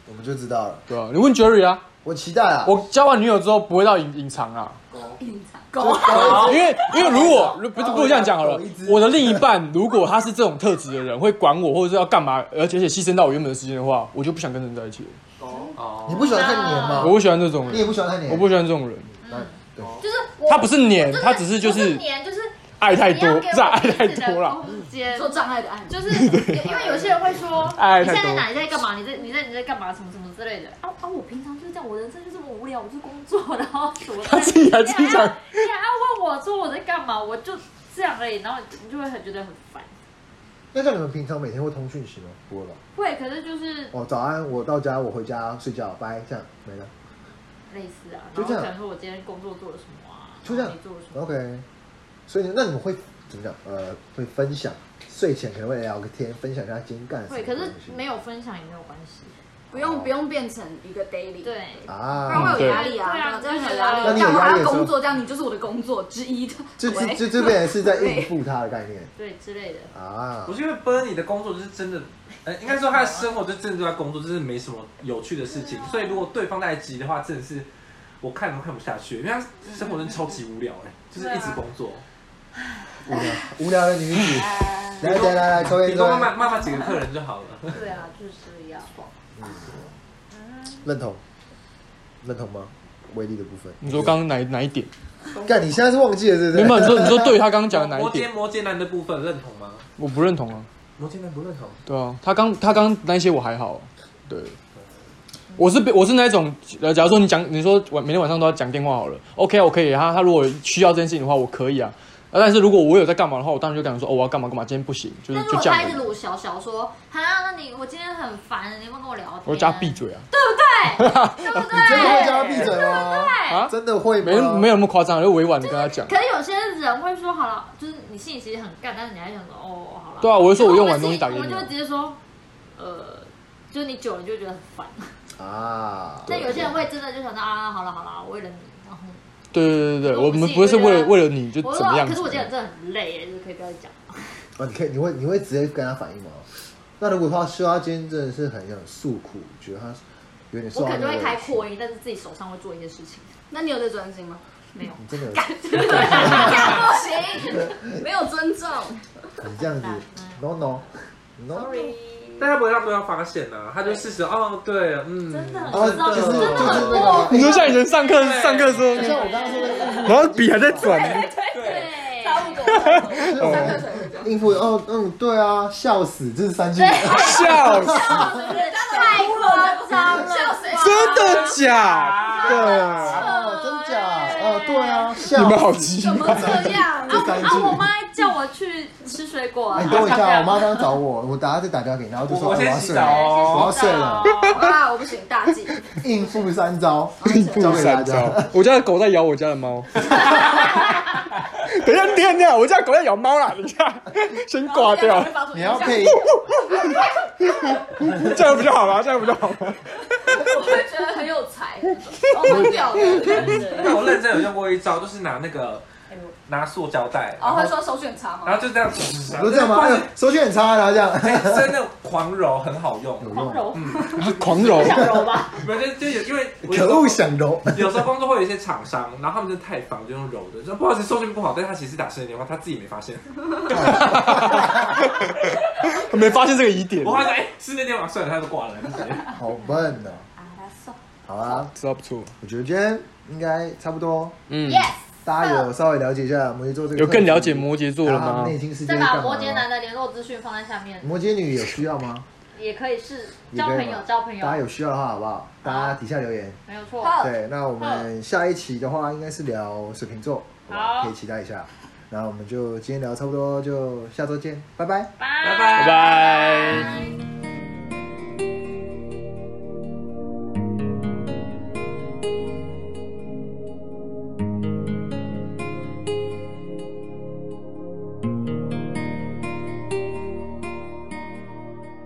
Speaker 1: 我们就知道了。
Speaker 2: 对啊，你问 Jerry 啊，
Speaker 1: 我期待啊！
Speaker 2: 我交完女友之后不会到隐隐藏啊，
Speaker 1: 狗
Speaker 4: 哦
Speaker 2: 因为因为如果如不是不如这样讲好了
Speaker 1: 狗一只，
Speaker 2: 我的另一半如果他是这种特质的人，会管我或者是要干嘛，而且而且牺牲到我原本的时间的话，我就不想跟人在一起了。
Speaker 4: 哦，
Speaker 1: 你不喜欢太黏
Speaker 2: 我
Speaker 1: 吗？
Speaker 2: 不喜欢这种
Speaker 1: 你也
Speaker 2: 人，
Speaker 1: 不喜欢太黏。
Speaker 2: 我不喜欢这种人，
Speaker 1: 那对，
Speaker 5: 就是我
Speaker 2: 他不是黏
Speaker 5: 真，的
Speaker 2: 他只是就
Speaker 5: 不是
Speaker 2: 是
Speaker 5: 黏，就是
Speaker 2: 爱太
Speaker 5: 你要
Speaker 2: 多，不
Speaker 5: 给我
Speaker 2: 是啊爱太
Speaker 5: 彼此的
Speaker 2: 多啦。
Speaker 5: 空间
Speaker 6: 做障碍的案，
Speaker 5: 就是因为有些人会说，
Speaker 2: 爱
Speaker 5: 你
Speaker 2: 太
Speaker 5: 现在
Speaker 2: 多
Speaker 5: 在哪？你在干嘛？你在你在你在干嘛？什么什么之类的啊啊！我平常就是这样，我人生就这么无聊，我就工作，然 后什么的。
Speaker 2: 他自己还自己
Speaker 5: 你还
Speaker 2: 讲
Speaker 5: 要你还要啊问我说我在干嘛？我就这样而已，然后你就会很觉得很烦。
Speaker 1: 那像你们平常每天会通讯息吗？不会吧？
Speaker 5: 会，可是就是
Speaker 1: 哦，早安，我到家，我回家睡觉，拜，这样没了。
Speaker 5: 类似啊，
Speaker 1: 就这
Speaker 5: 然后
Speaker 1: 样
Speaker 5: 可能说我今天工作做了什么啊，
Speaker 1: 就这样
Speaker 5: 然后你做了什么，
Speaker 1: OK，所以那你们会怎么讲？呃，会分享，睡前可能会聊个天，分享一下今天干什么
Speaker 5: 会，
Speaker 1: 东西。
Speaker 5: 可是没有分享也没有关系，
Speaker 3: 不用不用变成一个 daily，
Speaker 5: 对
Speaker 3: 不然
Speaker 1: 啊
Speaker 3: 会有压力
Speaker 5: 对
Speaker 3: 啊，
Speaker 5: 啊
Speaker 3: 真的有压力。
Speaker 5: 那
Speaker 1: 你有
Speaker 3: 干嘛
Speaker 1: 压力的时
Speaker 3: 要
Speaker 1: 候
Speaker 3: 工作这样，你就是我的工作之一的。
Speaker 1: 这这
Speaker 3: 喂
Speaker 1: 这这边是 在应付他的概念
Speaker 5: 对之 类的。
Speaker 1: 啊
Speaker 4: 我。是因为 Bernie 的工作就是真的，呃，应该说他的生活就真的就在工作，就是没什么有趣的事情。所以如果对方在急的话，真的是我看都看不下去，因为他生活真的超级无聊哎、就是一直工作。
Speaker 1: 无聊无聊的女 子，
Speaker 5: 呃
Speaker 1: 来来来来，抽
Speaker 4: 你
Speaker 1: 烟抽
Speaker 4: 多骂
Speaker 1: 烟，
Speaker 4: 骂骂骂几个客人就好 了。
Speaker 5: 对啊，就是这样。
Speaker 1: 认同认同吗？威力的部分，
Speaker 2: 你说刚刚哪一哪一点？
Speaker 1: 干，你现在是忘记了是不
Speaker 2: 没有，没有
Speaker 1: 是？
Speaker 2: 你说你说对于他刚刚讲的哪一
Speaker 4: 摩
Speaker 2: 点
Speaker 4: 羯，摩羯男的部分认同吗？
Speaker 2: 我不认同啊。
Speaker 4: 摩羯男不认同。
Speaker 2: 对啊，他刚他刚那些我还好，啊对。我是被我是那一种，呃，假如说你讲，你说晚每天晚上都要讲电话好了，OK 啊，我可以。他他如果需要这件事情的话，我可以啊。啊但是如果我有在干嘛的话，我当然就跟他说，哦，我要干嘛干嘛，今天不行，就
Speaker 5: 但
Speaker 2: 是
Speaker 5: 如
Speaker 2: 就
Speaker 5: 果
Speaker 2: 这
Speaker 5: 他
Speaker 2: 样
Speaker 5: 一直
Speaker 2: 而已。
Speaker 5: 鲁小小说，哈，那你我今天很烦，你要不要跟我聊天？
Speaker 2: 我就叫他 闭嘴啊！
Speaker 5: 对不
Speaker 1: 你真的会叫他闭
Speaker 5: 对？
Speaker 1: 嘴吗？
Speaker 2: 啊，
Speaker 1: 真的会
Speaker 2: 没
Speaker 1: 吗？
Speaker 2: 没有那么夸张，就委婉的跟他讲。
Speaker 5: 可是有些人会说好了，就是你心里其实很干，但是你还想说哦，好了。
Speaker 2: 对啊，我就说我用完
Speaker 5: 然后
Speaker 2: 东
Speaker 5: 我
Speaker 2: 西
Speaker 5: 们
Speaker 2: 打给
Speaker 5: 我们
Speaker 2: 你
Speaker 5: 就
Speaker 2: 啊
Speaker 5: 会。直接说，呃，就是你久了你就会觉得很烦。
Speaker 1: 啊，
Speaker 5: 但有些人会真的就想到啊，好了好了，为了你，然后
Speaker 2: 对对对对，
Speaker 5: 我
Speaker 2: 我
Speaker 5: 不
Speaker 2: 们
Speaker 5: 信
Speaker 2: 不是为
Speaker 5: 对
Speaker 2: 了
Speaker 5: 啊
Speaker 2: 为了你就
Speaker 5: 我
Speaker 2: 怎么
Speaker 5: 说，
Speaker 2: 样
Speaker 5: 可
Speaker 2: 子
Speaker 5: 是我今天真的很累耶，就是可以不要讲。
Speaker 1: 啊，你可以，你会，你会直接跟他反应吗？那如果他说他今天真的是很想诉苦，觉得他有点受
Speaker 2: 啊
Speaker 5: 我
Speaker 1: 到
Speaker 5: 可能就
Speaker 1: 那
Speaker 5: 会
Speaker 1: 个
Speaker 5: 开
Speaker 1: 委屈
Speaker 5: 扩音，但是自己手上会做一些事情，
Speaker 3: 那你有在专心吗？
Speaker 5: 没有。
Speaker 1: 你真的有，
Speaker 3: 不行，没有尊重。
Speaker 1: 你这样子，no no no，
Speaker 5: Sorry，
Speaker 4: 但他不会让对方发现啊，他就事实哦，对，嗯，
Speaker 5: 真的很
Speaker 1: 哦，
Speaker 5: 知道，
Speaker 1: 就是
Speaker 5: 真的很
Speaker 1: 就是
Speaker 5: 过
Speaker 1: 那
Speaker 5: 分。
Speaker 2: 你说像以前上课
Speaker 4: 对
Speaker 2: 上课的时
Speaker 1: 个，
Speaker 2: 候，
Speaker 1: 像我刚刚说的应付，
Speaker 2: 然后笔还在转，
Speaker 4: 对，
Speaker 5: 对，
Speaker 3: 大物狗，上课
Speaker 1: 哦
Speaker 3: 谁会这样？
Speaker 1: 应 付哦，嗯，对啊，笑死，这是三句，
Speaker 2: 笑死，
Speaker 5: 太夸张了，
Speaker 3: 笑死！
Speaker 2: 真的假 的？
Speaker 1: 哦，真假？哦，对啊，笑死，
Speaker 2: 你们好急
Speaker 3: 怎么这样？
Speaker 1: 这三
Speaker 5: 啊！我
Speaker 1: 句。
Speaker 5: 妈叫我去吃水果啊
Speaker 1: 哎，，等我一下，我妈刚找我，我等下再打电话给你，然后就
Speaker 4: 我
Speaker 1: 说
Speaker 4: 我
Speaker 1: 哎
Speaker 4: 先
Speaker 1: 要
Speaker 4: 洗
Speaker 1: 睡
Speaker 4: 澡
Speaker 1: 了，
Speaker 4: 哦。
Speaker 1: 我要睡了，
Speaker 3: 哇，我不行，大忌。
Speaker 1: 应付三招，
Speaker 2: 不三招。 我家的狗在咬我家的猫。等一下，等一下，等一下，我家的狗在咬猫啦！等一下，先挂 掉，
Speaker 1: 你要配
Speaker 2: 这样不就好吗？这样不就好吗？
Speaker 3: 我会觉得很有才，很屌的。
Speaker 4: 那我认真有用过一招，就是拿那个
Speaker 5: 哎
Speaker 4: 拿塑胶袋，
Speaker 5: 哦
Speaker 3: 然后会说手选差吗？
Speaker 4: 然后就这样，
Speaker 1: 不是这样吗？哎呦，手气很差，然后这样。
Speaker 4: 哎真的狂揉很好用，
Speaker 1: 有
Speaker 5: 狂
Speaker 1: 用，
Speaker 5: 揉，
Speaker 2: 啊狂 揉，
Speaker 5: 想揉
Speaker 2: 嗯
Speaker 5: 吧，
Speaker 4: 没有就就有因为我
Speaker 1: 可恶，想揉。
Speaker 4: 有时候工作会有一些厂商，然后他们就太烦，就用揉的，说不好意思，收讯不好，但他其实打生日电话，他自己没发现。
Speaker 2: 没发现这个疑点
Speaker 4: 我，后来说，哎，是那电话，算了，他就挂了。
Speaker 1: 好笨哦。好啦，
Speaker 2: 知道不错。
Speaker 1: 我觉得今天应该差不多，
Speaker 2: 嗯，
Speaker 5: yes。
Speaker 1: 大家有稍微了解一下摩羯座这个，
Speaker 2: 有更了解摩羯座了吗？
Speaker 1: 内心世界
Speaker 5: 再
Speaker 1: 是干
Speaker 5: 把
Speaker 1: 嘛
Speaker 5: 摩羯男
Speaker 1: 吗？
Speaker 5: 的联络资讯放在下面，
Speaker 1: 摩羯女有需要吗？
Speaker 5: 也可以是
Speaker 1: 也
Speaker 5: 交
Speaker 1: 可以
Speaker 5: 朋
Speaker 1: 吗
Speaker 5: 友，交朋友
Speaker 1: 大家，有需要的话，好不好？大家底下留言。
Speaker 5: 没有错。
Speaker 3: 好
Speaker 1: 对，那我们下一期的话，应该是聊水瓶座，好吧？
Speaker 5: 好
Speaker 1: 可以期待一下。那我们就今天聊差不多，就下周见，拜拜。
Speaker 5: 拜
Speaker 4: 拜
Speaker 2: 拜拜。
Speaker 5: 拜